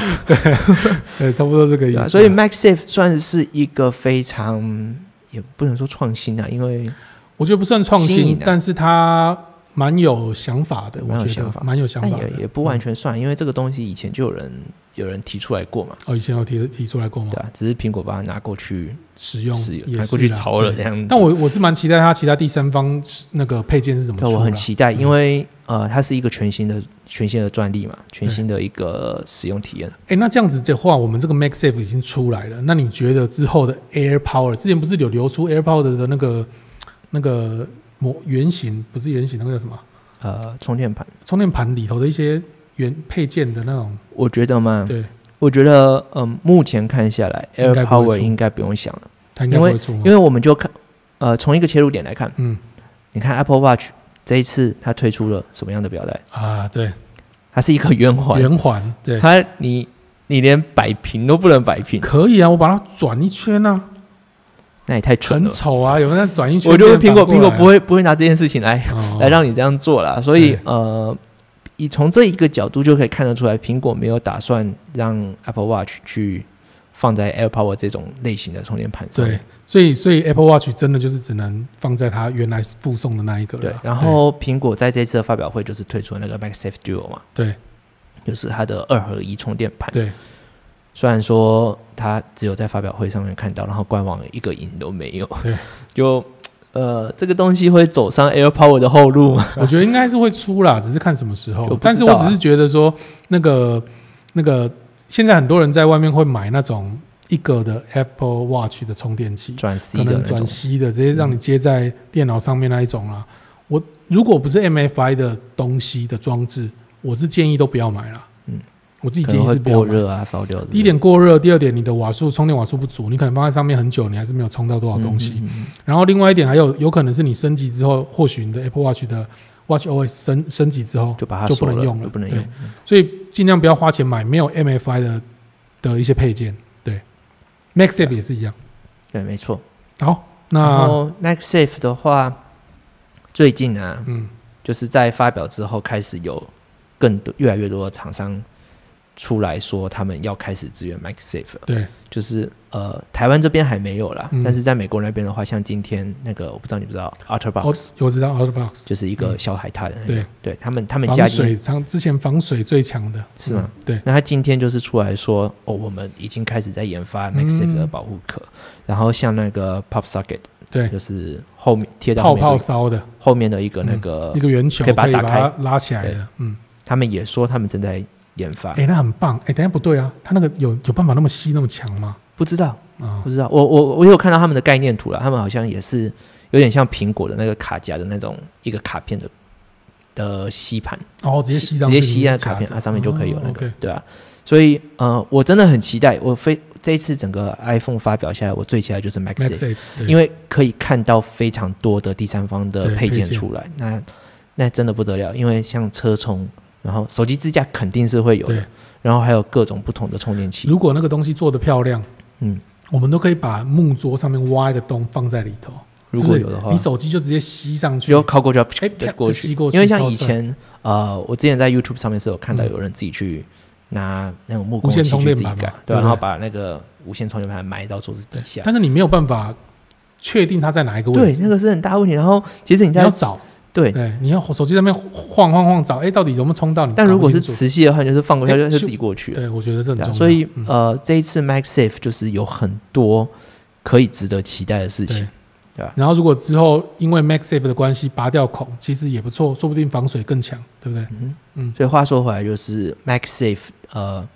B: 对，差不多这个意
A: 对啊
B: 思。
A: 所以 MagSafe 算是一个非常也不能说创新啊，因为
B: 我觉得不算创
A: 新
B: 新
A: 颖啊，
B: 但是它蛮有想法的，我
A: 蛮有
B: 觉
A: 想
B: 得
A: 法
B: 蛮有想
A: 但
B: 法
A: 也
B: 的。嗯
A: 也不完全算，因为这个东西以前就有人有人提出来过嘛，
B: 哦，以前有提提出来过吗
A: 对？吧、只是苹果把它拿过去
B: 使哦用
A: 使用，
B: 也
A: 拿
B: 是
A: 过去
B: 啦
A: 炒了
B: 对
A: 这样子。
B: 但我我是蛮期待它其他第三方那个配件是怎么
A: 对
B: 出
A: 我很
B: 的。
A: 期待，
B: 嗯
A: 因为呃，它是一个全新的全新的专利嘛，全新的一个使用体验。
B: 哎，那这样子的话，我们这个 MagSafe 已经出来了，那你觉得之后的 Air Power 之前不是有流出 Air Power 的那个那个模原型，不是原型，那个叫什么
A: 呃，充电盘，
B: 充电盘里头的一些原配件的那种？
A: 我觉得嘛，
B: 对，
A: 我觉得嗯、呃目前看下来
B: 应
A: ，Air
B: 该不会
A: Power
B: 出嗯
A: 应该不用想了，
B: 它应该
A: 因
B: 不
A: 为
B: 会出吗
A: 因？为我们就看呃，从一个切入点来看。
B: 嗯
A: 你看 Apple Watch 这一次它推出了什么样的表带？
B: 啊，对，
A: 它是一个圆环，
B: 圆环对。
A: 它你你连摆平都不能摆平，
B: 可以啊，我把它转一圈啊，
A: 那也太蠢
B: 很
A: 了。
B: 丑啊，有人在转一圈，
A: 我觉得苹果
B: 变
A: 苹
B: 得
A: 果
B: 反
A: 不
B: 过来
A: 会
B: 啊
A: 不会拿这件事情来、
B: 哦
A: 来让你这样做啦。所以
B: 对
A: 呃，以从这一个角度就可以看得出来，苹果没有打算让 Apple Watch 去放在 AirPower 这种类型的充电盘上。
B: 对，所以所以 Apple Watch 真的就是只能放在它原来附送的那一个了
A: 对啊
B: 啦。，
A: 然后苹果在这次的发表会就是推出了那个 MagSafe Duo 嘛，
B: 对
A: 就是它的二合一充电盘。
B: 对
A: 虽然说他只有在发表会上面看到，然后官网一个影都没有，
B: 对，
A: 就呃，这个东西会走上 Air Power 的后路吗？
B: 我觉得应该是会出啦，只是看什么时候
A: 就。不知道啊
B: 但是我只是觉得说，那个那个，现在很多人在外面会买那种一个的 Apple Watch 的充电 器，
A: 转 C
B: 可
A: 的
B: 能
A: 那
B: 转
A: 种，嗯
B: 吸的，直接让你接在电脑上面那一种啦。我如果不是 MFI 的东西的装置，我是建议都不要买啦。
A: 嗯
B: 嗯，我自己
A: 可
B: 建
A: 能
B: 议
A: 会
B: 是不要
A: 过
B: 买。
A: 热啊、烧掉之类的。
B: 第一点过热，第二点你的瓦数充电瓦数不足，你可能放在上面很久，你还是没有充到多少东西。
A: 嗯，嗯嗯嗯
B: 然后另外一点还有，有可能是你升级之后，或许你的 Apple Watch 的 Watch OS 升升级之后，
A: 就把它
B: 就不能
A: 锁
B: 用了
A: 就不能
B: 对
A: 用。嗯
B: 所以尽量不要花钱买没有 MFI 的的一些配件。对，MagSafe 也是一样。
A: 对，没错。
B: 好，
A: 然
B: 那
A: 后 MagSafe 的话，最近啊，
B: 嗯，
A: 就是在发表之后开始有更多、越来越多的厂商出来说他们要开始支援 MagSafe 了。
B: 对，
A: 就是呃，台湾这边还没有啦，
B: 嗯
A: 但是在美国那边的话，像今天那个，我不知道你不知道 Otterbox，、
B: 我我知道 Outbox
A: 就是一个小海滩、
B: 哦对，
A: 对他们他们家
B: 防
A: 已经
B: 水常之前防水最强的
A: 是吗？
B: 嗯对，
A: 那他今天就是出来说，哦，我们已经开始在研发 MagSafe
B: 嗯
A: 的保护壳，然后像那个 Pop Socket，
B: 对
A: 就是后面贴到
B: 泡
A: 后面
B: 泡
A: 的
B: 烧的
A: 后面的一个那个，
B: 一个圆球
A: 可以把它打
B: 它拉起来的，嗯，
A: 他们也说他们正在研发，
B: 哎，那很棒。哎，等一下不对啊，它那个有有办法那么吸那么强吗？
A: 不知道
B: 啊
A: 不，知道，我我我有看到他们的概念图了，他们好像也是有点像苹果的那个卡夹的那种一个卡片的的吸盘，
B: 哦，直接吸到
A: 直接
B: 那个
A: 吸那个卡
B: 夹
A: 片，
B: 子
A: 它、上面就可以有那
B: 哦
A: 个，
B: ，OK
A: 对啊。所以呃，我真的很期待，我非这一次整个 iPhone 发表下来，我最期待就是 MagSafe，
B: MagSafe，对
A: 因为可以看到非常多的第三方的
B: 对
A: 配件
B: 配件
A: 出来，那那真的不得了，因为像车充。然后手机支架肯定是会有
B: 对
A: 的，然后还有各种不同的充电器，
B: 如果那个东西做的漂亮，
A: 嗯，
B: 我们都可以把木桌上面挖一个洞放在里头，
A: 如果
B: 是
A: 有
B: 不是
A: 的话
B: 你，手机就直接吸上去
A: 就，靠过去，
B: 哎
A: 啪
B: 啪
A: 就过
B: 就吸
A: 去
B: 过，去
A: 因为像
B: 超
A: 以
B: 帅
A: 前呃，我之前在 YouTube 上面是有看到
B: 嗯
A: 有人自己去拿那种木
B: 无
A: 工
B: 线
A: 器
B: 充
A: 去
B: 电
A: 自己
B: 板嘛
A: 改，
B: 对
A: 对啊，然
B: 不
A: 后
B: 对
A: 把那个无线充电板埋到桌子底下。
B: 但是你没有办法确定它在哪一个位
A: 对，
B: 置，
A: 那个是很大问题。然后其实你
B: 你要
A: 在
B: 找，
A: 对，
B: 对，你要手机在那边晃晃晃找，哎，到底有没有冲到你？
A: 但如果
B: 搞
A: 是
B: 不清楚
A: 磁吸的话，你就是放过去
B: 哎
A: 它就
B: 咻
A: 自己过去了。
B: 对，我觉得这很
A: 对
B: 重
A: 啊
B: 要。
A: 所以
B: 嗯
A: 呃，这一次 MagSafe 就是有很多可以值得期待的事情
B: 对。，
A: 对吧
B: 然后如果之后因为 MagSafe 的关系拔掉孔，其实也不错，说不定防水更强，对不对？
A: 嗯
B: 嗯
A: 哼，所以话说回来，就是 MagSafe，呃，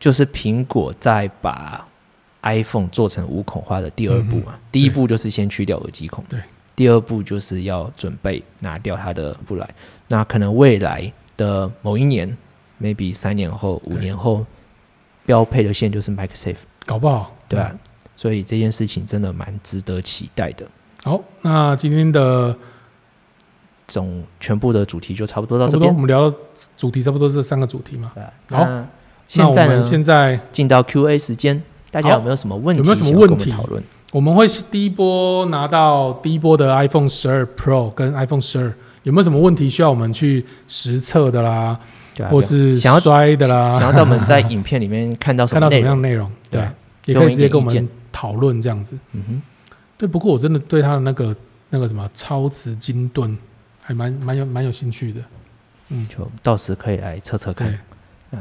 A: 就是苹果在把 iPhone 做成无孔化的第二步嘛。第一步就是先去掉耳机孔，
B: 嗯对。
A: 第二步就是要准备拿掉它的布莱。那可能未来的某一年，maybe 三年后、五
B: 对
A: 年后，标配的线就是 MagSafe，
B: 搞不好，
A: 对啊吧、所以这件事情真的蛮值得期待的。
B: 好，那今天的
A: 总全部的主题就差不多到
B: 差
A: 这
B: 不多，我
A: 边，
B: 们聊到主题差不多这三个主题嘛。
A: 对吧？啊
B: 好
A: 那现在
B: 那我
A: 呢？
B: 们现在
A: 进到 Q&A 时间，大家
B: 好
A: 有没有什么问题？
B: 有没有什么问题
A: 讨论？
B: 我们会第一波拿到第一波的 iPhone 十二 Pro 跟 iPhone 十二，有没有什么问题需要我们去实测的啦，
A: 对啊
B: 或是
A: 想要
B: 摔的啦，
A: 想要在我们在影片里面看到什
B: 看
A: 么
B: 到
A: 内
B: 什么
A: 容？
B: 样的内容？
A: 对
B: 对
A: 啊，
B: 也
A: 给我
B: 可
A: 们
B: 以直接
A: 一点
B: 跟我
A: 意见
B: 们讨论这样子。
A: 嗯
B: 对，不过我真的对他的那个那个什么超磁金盾，还蛮蛮有蛮有兴趣的。
A: 哼，就到时可以来测测看
B: 对。，
A: 啊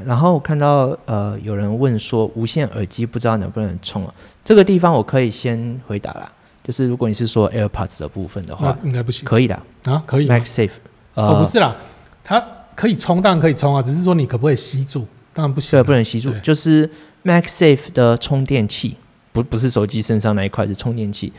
A: 然后我看到呃有人问说无线耳机不知道能不能充啊？这个地方我可以先回答啦，就是如果你是说 AirPods 的部分的话
B: 那，应该不行
A: 啊可以啦
B: 啊，可以吗
A: ，MagSafe，
B: 哦，不
A: 呃，
B: 是啦，它可以冲，当然可以冲啊，只是说你可不可以吸住？当然不行
A: 对，
B: 啊，
A: 不能吸住，
B: 对
A: 就是 MagSafe 的充电器，不不是手机身上那一块，是充电器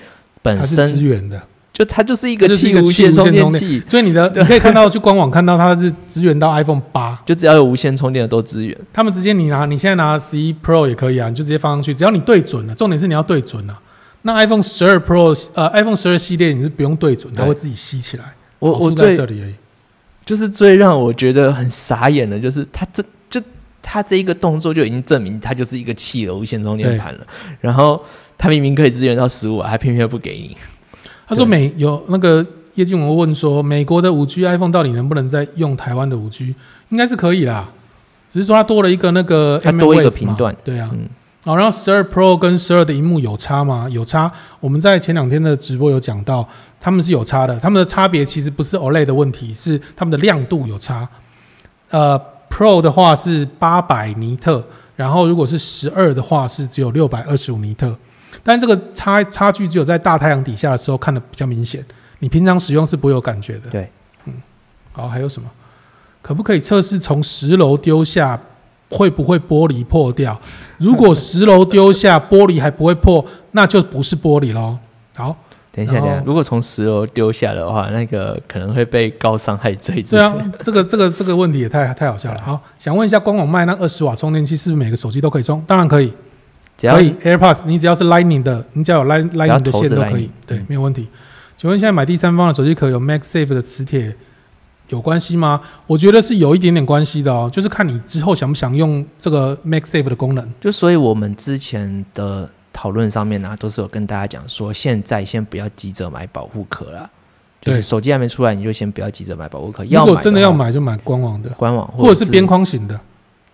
A: 本
B: 它是
A: 身
B: 支援的。
A: 就它就是一个
B: 它就是一
A: 气
B: 个
A: 无
B: 气无
A: 线充
B: 线
A: 电
B: 充电
A: 器，
B: 所以你 的你可以看到，去官网看到它是支援到 iPhone 八，
A: 就只要有无线充电的都支援。
B: 他们直接你拿，你现在拿十一 Pro 也可以啊，你就直接放上去，只要你对准了，重点是你要对准啊。那 iPhone 十二 Pro 呃 iPhone 十二系列你是不用对准，它
A: 对
B: 会自己吸起来。
A: 我
B: 好处
A: 我
B: 哦在
A: 最
B: 这里而已。
A: 就是最让我觉得很傻眼的，就是它这就它这一个动作就已经证明它就是一个气的无线充电盘了。然后它明明可以支援到十五瓦，它偏偏不给你。
B: 他说
A: 对
B: 美有那个叶静文问说，美国的五 G iPhone 到底能不能再用台湾的五 G？应该是可以啦，只是说它多了一个那个 M
A: 它多一个频段，
B: 对啊。
A: 嗯
B: 好，然后十二 Pro 跟十二的荧幕有差吗？有差。我们在前两天的直播有讲到，他们是有差的。他们的差别其实不是 OLED 的问题，是他们的亮度有差。呃，Pro 的话是八百尼特，然后如果是十二的话是只有六百二十五尼特。但这个差差距只有在大太阳底下的时候看的比较明显，你平常使用是不会有感觉的。
A: 对，
B: 好，还有什么？可不可以测试从十楼丢下会不会玻璃破掉？如果十楼丢下玻璃还不会破， 那就不是玻璃喽。好，
A: 等一下，
B: 然
A: 等
B: 后
A: 一下，如果从十楼丢下的话，那个可能会被高伤害罪之
B: 这
A: 类的。
B: 样这个这个这个问题也太太好笑了。好，想问一下，官网卖那二十瓦充电器是不是每个手机都可以充？当然可以，
A: 只要
B: 可以 AirPods，你只要是 Lightning 的，你只要有 Light Lightning 的
A: 头是
B: 线都可
A: Lightning，
B: 以，对
A: 嗯，
B: 没有问题。请问现在买第三方的手机壳有 MagSafe 的磁铁有关系吗？我觉得是有一点点关系的哦，就是看你之后想不想用这个 MagSafe 的功能。
A: 就所以我们之前的讨论上面呢、都是有跟大家讲说，现在先不要急着买保护壳啦，就
B: 对
A: 是手机还没出来，你就先不要急着买保护壳。
B: 如
A: 要
B: 果
A: 买
B: 真的要
A: 话，
B: 买，就买官网的，
A: 官网
B: 或者
A: 是
B: 是边，框型的、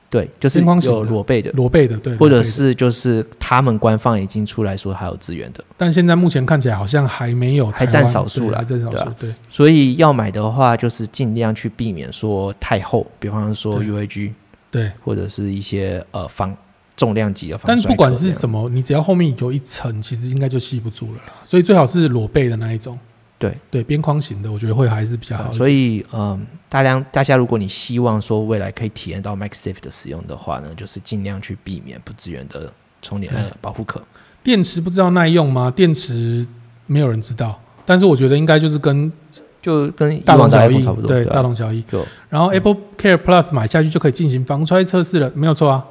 A: 对，就是
B: 边框型的
A: 有裸背的，
B: 裸背的，对，
A: 或
B: 裸
A: 者
B: 背的。
A: 是就是他们官方已经出来说还有资源的，
B: 但现在目前看起来好像还没有台湾，
A: 还占少数
B: 对
A: 啦
B: 还占少
A: 对
B: 数
A: 啊，
B: 对。
A: 所以要买的话，就是尽量去避免说太厚，比方说
B: 对
A: UAG
B: 对，
A: 或者是一些呃防重量级的防
B: 但
A: 摔
B: 不管
A: 壳这
B: 是
A: 样
B: 什么，你只要后面有一层，其实应该就吸不住了啦。所以最好是裸背的那一种。
A: 对
B: 对，边框型的，我觉得会还是比较
A: 啊
B: 好。
A: 所以，嗯，大量大家，如果你希望说未来可以体验到 MagSafe 的使用的话呢，就是尽量去避免不支援的充电、呃
B: 嗯
A: 保护壳。
B: 电池不知道耐用吗？电池没有人知道，但是我觉得应该就是跟
A: 就跟以
B: 大
A: 往
B: 同
A: 的
B: 小
A: iPhone
B: 异
A: 差不，多，啊嗯
B: 对，
A: 吧
B: 大同哦小异。
A: 就
B: 然后 Apple Care Plus 买下去就可以进行防摔测试了，没有错啊，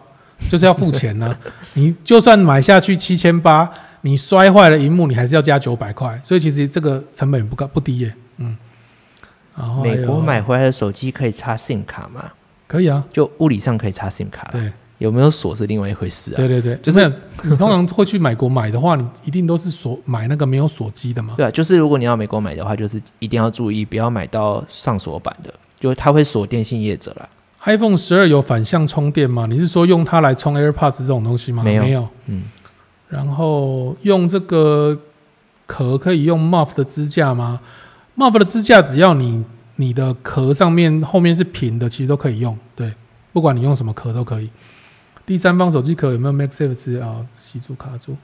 B: 就是要付钱呐、啊 你就算买下去七千八，你摔坏了荧幕，你还是要加九百块，所以其实这个成本也不高不低耶、嗯，然后还有
A: 美国买回来的手机可以插 SIM 卡吗？
B: 可以啊，
A: 就物理上可以插 SIM 卡啦，
B: 对
A: 有没有锁是另外一回事啊
B: 对。对对，
A: 就
B: 就是你通常会去美国买的话，你一定都是锁买那个没有锁机的嘛。
A: 对啊，就是如果你要美国买的话，就是一定要注意，不要买到上锁版的，就它会锁电信业者啦。
B: iPhone 十二有反向充电吗？你是说用它来充 AirPods 这种东西吗？
A: 没有嗯
B: 嗯。然后用这个壳可以用 Muff 的支架吗？Muff 的支架只要你你的壳上面后面是平的，其实都可以用。对，不管你用什么壳都可以。第三方手机壳有没有 MagSafe 支啊？吸住卡住？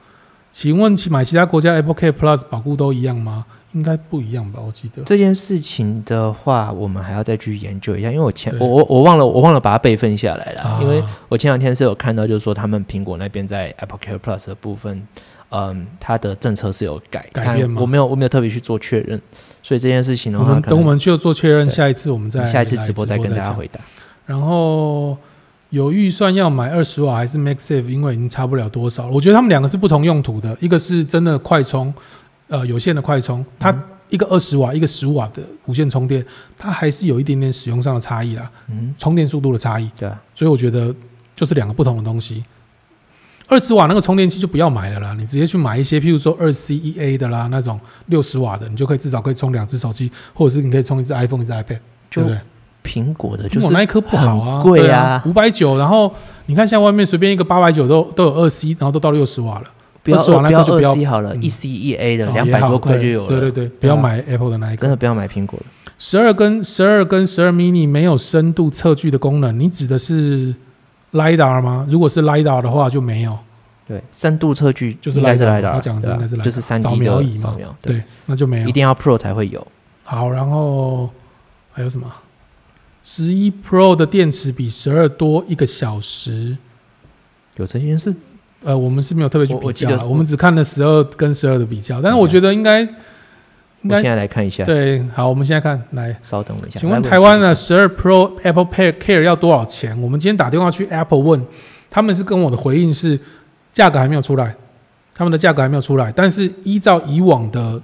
B: 请问其买其他国家 Apple Care Plus 保护都一样吗？应该不一样吧？我记得。
A: 这件事情的话，我们还要再去研究一下，因为我前我
B: 对
A: 我我忘了我忘了把它备份下来了，
B: 啊
A: 因为我前两天是有看到，就是说他们苹果那边在 Apple Care Plus 的部分，嗯，它的政策是有改，
B: 改
A: 但
B: 变吗
A: 我没有我没有特别去做确认，所以这件事情的
B: 我
A: 话，
B: 们
A: 可
B: 等
A: 能
B: 我们去做确认，
A: 对
B: 下一次我们再
A: 下一次直播
B: 播
A: 再跟大家
B: 讲
A: 回答。
B: 然后有预算要买二十瓦还是 MagSafe，因为已经差不了多少了。我觉得他们两个是不同用途的，一个是真的快充，呃，有线的快充，它一个二十瓦，一个十五瓦的无线充电，它还是有一点点使用上的差异啦，
A: 嗯，
B: 充电速度的差异。
A: 对啊，
B: 所以我觉得就是两个不同的东西。二十瓦那个充电器就不要买了啦，你直接去买一些，譬如说二 C E A 的啦，那种六十瓦的，你就可以至少可以充两只手机，或者是你可以充一只 iPhone 一只 iPad，对
A: 就
B: 不对？
A: 苹果的就是
B: 苹果那一颗不好啊，
A: 很贵
B: 对
A: 啊
B: 啊，五百九。然后你看现在外面随便一个八百九都都有二 C，然后都到六十瓦了，
A: 不要
B: 20瓦
A: 不
B: 那
A: 要
B: 个就不
A: 二
B: 要
A: C 好了，
B: 嗯
A: 一 C 一 A 的
B: 哦
A: 两
B: 也
A: 百
B: 好
A: 多块就
B: 对
A: 有了，啊
B: 对对对，不要买 Apple 的那一
A: 真
B: 个。
A: 的不要买苹果了。
B: 十二跟十二跟十二 mini 没有深度测距的功能，你指的是 lidar 吗？如果是 lidar 的话就没有，
A: 对，深度测距
B: 就是
A: 应该是
B: LiDAR
A: 来的，
B: 他讲的是
A: 对啊
B: 应该是 LiDAR
A: 就是三 D
B: 扫描仪
A: 的
B: 嘛
A: 扫描，对，
B: 对，那就没有
A: 一。定要 Pro 才会有。
B: 好，然后还有什么？十一 Pro 的电池比十二多一个小时，
A: 有这件事，
B: 呃，我们是没有特别去
A: 我我
B: 比
A: 记
B: 较
A: 得
B: 啦，
A: 是嗯
B: 我们只看了十二跟十二的比较，但是我觉得应该应
A: 我现
B: 该
A: 在来看一下，
B: 对。好，我们现在看来，
A: 稍等我一下。
B: 请问
A: 来
B: 台湾的？十二 Pro Apple Pay Care 要多少钱？我们今天打电话去 Apple 问，他们是跟我的回应是价格还没有出来，他们的价格还没有出来，但是依照以往的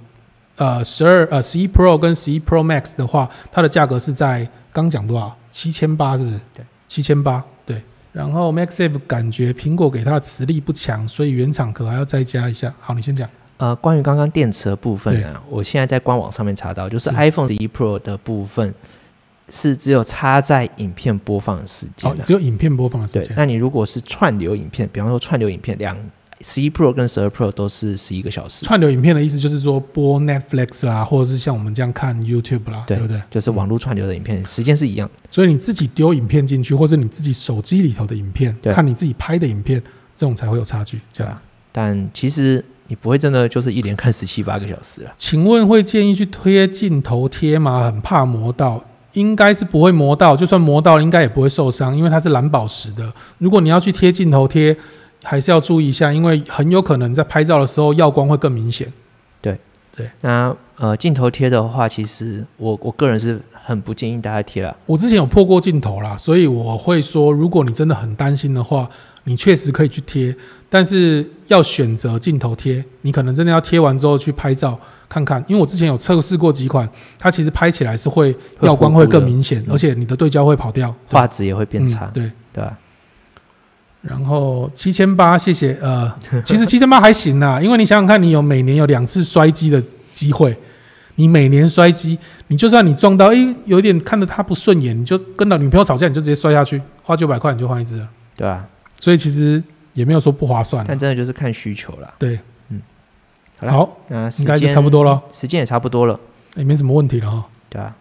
B: 呃十二呃十一 Pro 跟十一 Pro Max 的话，它的价格是在刚讲多少？七千八是不是？
A: 对，
B: 七千八对。然后 MaxSafe 感觉苹果给它的磁力不强，所以原厂壳还要再加一下。好，你先讲。
A: 呃，关于刚刚电池的部分啊，我现在在官网上面查到，就是
B: 是
A: iPhone 十一 Pro 的部分是只有插在影片播放的时间
B: 好，
A: 啊。
B: 只有影片哦播放的时
A: 对，
B: 间。
A: 那你如果是串流影片，比方说串流影片，两十一 Pro 跟十二 Pro 都是十一个小时，
B: 串流影片的意思就是说播 Netflix 啦，或者是像我们这样看 YouTube 啦，
A: 对
B: 对不对？
A: 就是网络串流的影片时间是一样的。
B: 所以你自己丢影片进去，或是你自己手机里头的影片，
A: 对啊
B: 看你自己拍的影片，这种才会有差距。这样子，
A: 但其实你不会真的就是一连看十七八个小时啊。
B: 请问会建议去贴镜头贴吗？很怕磨到。应该是不会磨到，就算磨到，应该也不会受伤，因为它是蓝宝石的。如果你要去贴镜头贴，还是要注意一下，因为很有可能在拍照的时候耀光会更明显。
A: 那呃，镜头贴的话，其实我我个人是很不建议大家贴啦。
B: 我之前有破过镜头啦，所以我会说，如果你真的很担心的话，你确实可以去贴，但是要选择镜头贴。你可能真的要贴完之后去拍照看看，因为我之前有测试过几款，它其实拍起来是会
A: 会
B: 耀光
A: 糊糊
B: 会
A: 的
B: 更明显，
A: 嗯
B: 而且你的对焦会跑掉，对
A: 画质也会变差
B: 嗯，对。
A: 对吧？
B: 然后七千八，谢谢。呃， 其实七千八还行啦，因为你想想看，你有每年有两次摔机的机会，你每年摔机，你就算你撞到，诶，有一点看着他不顺眼，你就跟老女朋友吵架，你就直接摔下去，花九百块你就换一只了。
A: 对吧？
B: 所以其实也没有说不划算啊。
A: 但真的就是看需求啦。
B: 对，
A: 好啦，
B: 好，
A: 那时
B: 应该就
A: 间
B: 差不，多了，
A: 时间也差不多了，
B: 也没什么问题了哈。
A: 对吧？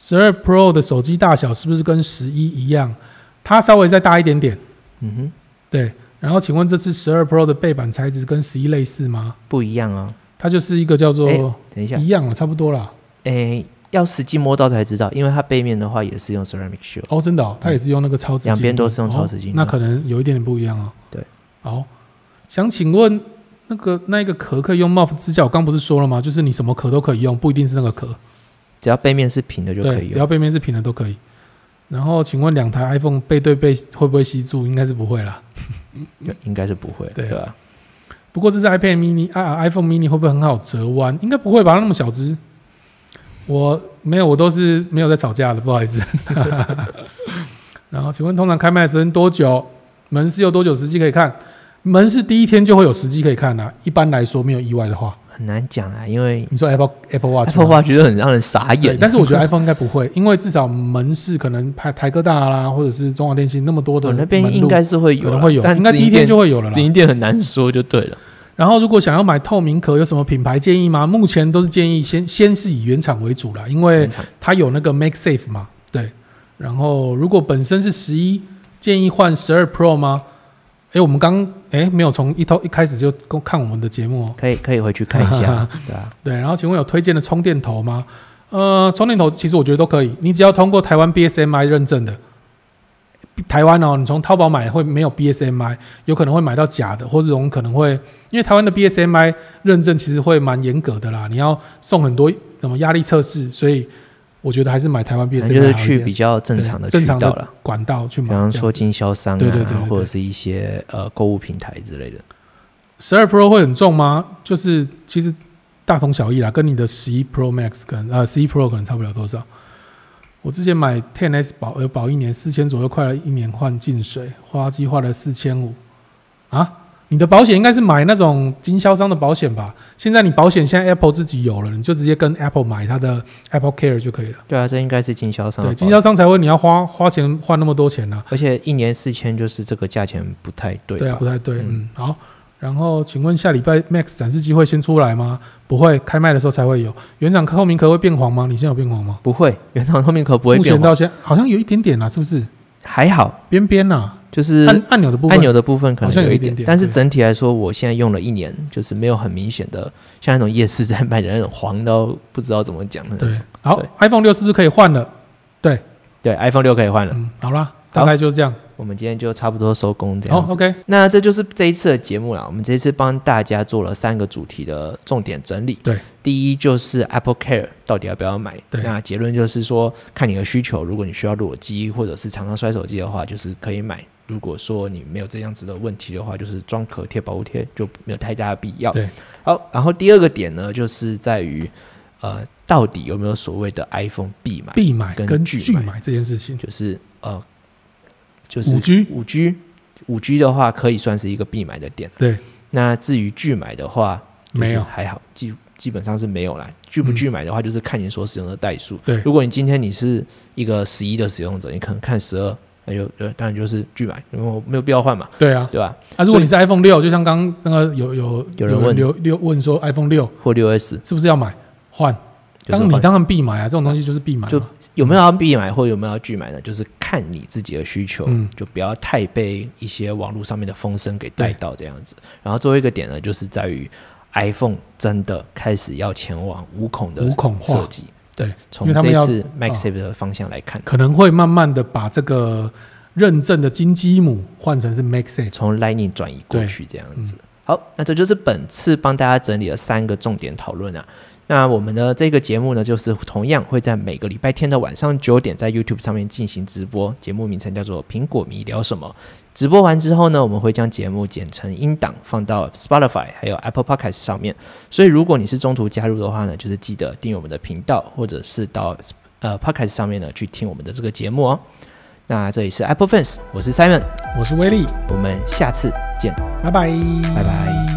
B: 十二 Pro 的手机大小是不是跟十一一样？它稍微再大一点点，
A: 嗯哼，
B: 对。然后请问这次十二 Pro 的背板材质跟十一类似吗？
A: 不一样哦。
B: 它就是一个叫做、
A: 诶哎等一下，
B: 一样了，差不多啦。
A: 诶，要实际摸到才知道，因为它背面的话也是用 ceramic shield。
B: 哦，真的、哦，它也是用那个超直径
A: 嗯
B: 的，
A: 两边都是用超直径的
B: 哦那可能有一点点不一样哦。
A: 对，
B: 好，想请问那个那一个壳可以用 muff 支架？我刚不是说了吗？就是你什么壳都可以用，不一定是那个壳，
A: 只要背面是平的就可
B: 对，
A: 以
B: 只要
A: 用。
B: 背面是平的都可以。然后请问两台 iPhone 背对背会不会吸住？应该是不会啦。
A: 就应该是不会，
B: 对
A: 对吧？
B: 不过这是 iPad mini 啊啊，iPhone mini 会不会很好折弯？应该不会吧，那么小只。我没有，我都是没有在吵架的，不好意思。 然后，请问通常开卖时间多久？门市有多久时机可以看？门市第一天就会有时机可以看啦、啊一般来说，没有意外的话，
A: 很难讲啦，因为
B: 你说 Apple Apple Watch 吗
A: Apple Watch 就很让人傻
B: 对，
A: 眼。
B: 但是 我觉得 iPhone 应该不会，因为至少门市可能台台科大啦，或者是中华电信那么多的
A: 我
B: 门路、
A: 哦那边应该是会
B: 可
A: 有啦，
B: 能会有，
A: 但
B: 应该第一天就会有了啦
A: 直。营店很难说就对了。
B: 然后，如果想要买透明壳，有什么品牌建议吗？目前都是建议先先是以原厂为主啦，因为
A: 原厂
B: 它有那个 Make Safe 嘛，对。然后，如果本身是十一，建议换十二 Pro 吗？诶，我们刚诶没有从一头一开始就看我们的节目哦。
A: 可以可以回去看一 下，对啊，
B: 对，然后请问有推荐的充电头吗？呃，充电头其实我觉得都可以，你只要通过台湾 BSMI 认证的，台湾哦，你从淘宝买会没有 BSMI，有可能会买到假的，或者有可能会因为台湾的 BSMI 认证其实会蛮严格的啦，你要送很多什么压力测试，所以我觉得还是买台湾
A: 可
B: BSMI
A: 能就是
B: 好一
A: 去
B: 点
A: 比较正常的
B: 对
A: 渠
B: 正常
A: 道了
B: 的。管道去
A: 比
B: 买。
A: 方说经销商啊，
B: 对对对对对
A: 或者是一些呃购物平台之类的。
B: 十二 Pro 会很重吗？就是其实大同小异啦，跟你的十一 Pro Max 可能呃十一 Pro 可能差不了多少。我之前买 Ten S 保呃保一年四千左右，快了一年换进水，花机花了四千五啊。你的保险应该是买那种经销商的保险吧？现在你保险现在 Apple 自己有了，你就直接跟 Apple 买它的 Apple Care 就可以了。
A: 对啊，这应该是经销商的
B: 对，
A: 保
B: 经销商才会你要花花钱换那么多钱呢、啊
A: 而且一年四千，就是这个价钱不太对
B: 对啊，
A: 吧？
B: 不太对，嗯
A: 嗯，
B: 好。然后，请问下礼拜 Max 展示机会先出来吗？不会，开卖的时候才会有。原厂透明壳会变黄吗？你现在有变黄吗？
A: 不会， 原厂后面壳不会
B: 目
A: 变
B: 前
A: 化，
B: 到现在好像有一点点啦，是不是？
A: 还好，
B: 边边呐，
A: 就是
B: 按按钮的部分，
A: 按钮的部分可
B: 好
A: 能
B: 像有
A: 一
B: 一点点
A: 但是
B: 对
A: 整体来说，我现在用了一年，就是没有很明显的像那种夜市在卖的那种黄到不知道怎么讲的那
B: 对
A: 种。。
B: 好
A: 对
B: ，iPhone 六是不是可以换了？
A: 对，iPhone 六可以换了。
B: 嗯，好啦，大概就是这样。
A: 我们今天就差不多收工这
B: 好
A: 样子。
B: ，OK，
A: 那这就是这一次的节目啦。我们这一次帮大家做了三个主题的重点整理。
B: 对，
A: 第一就是 Apple Care 到底要不要买？
B: 对
A: 那结论就是说，看你的需求，如果你需要裸机或者是常常摔手机的话，就是可以买。如果说你没有这样子的问题的话，就是装壳贴、保护贴就没有太大的必要。
B: 对，
A: 好，然后第二个点呢，就是在于，呃，到底有没有所谓的 iPhone 必买？
B: 必买
A: 跟
B: 跟
A: 拒
B: 拒
A: 买
B: 买这件事情，
A: 就是呃，就是
B: 五 G
A: 五 G，五 G 的话可以算是一个必买的点。
B: 对，
A: 那至于拒买的话，就是
B: 没有
A: 还好，基基本上是没有啦。拒不
B: 嗯
A: 拒买的话，就是看你所使用的代数。
B: 对
A: 如果你今天你是一个十一的使用者，你可能看十二，那就呃当然就是拒买，因为我没有必要换嘛，
B: 对啊。
A: 对吧？
B: 啊，如果你是 iPhone 六，就像刚刚那个有有
A: 有人问
B: 留留问说 iPhone 六
A: 或六 S
B: 是不是要买换？
A: 就是
B: 当你
A: 换
B: 当然必买啊，这种东西就是必买
A: 就
B: 嘛。
A: 有没有要必买或有没有要拒买呢？就是看你自己的需求，
B: 嗯
A: 就不要太被一些网络上面的风声给带到这样子。然后最后一个点呢，就是在于 iPhone 真的开始要前往无孔的
B: 无孔化
A: 设计，
B: 对，因
A: 从
B: 为他
A: 这
B: 们
A: 一
B: 要啊
A: 次 MagSafe 的方向来看，
B: 可能会慢慢的把这个认证的金鸡母换成是 Make Safe。
A: 从 Lightning 转移过去这样子。好，那这就是本次帮大家整理的三个重点讨论啊。那我们的这个节目呢，就是同样会在每个礼拜天的晚上九点在 YouTube 上面进行直播，节目名称叫做《苹果迷聊什么》。直播完之后呢，我们会将节目剪成音档放到 Spotify 还有 Apple Podcast 上面。所以如果你是中途加入的话呢，就是记得订阅我们的频道，或者是到呃 Podcast 上面呢去听我们的这个节目哦。那这里是 Apple Fans，我是 Simon，
B: 我是威力，
A: 我们下次见。
B: 拜拜，
A: 拜拜。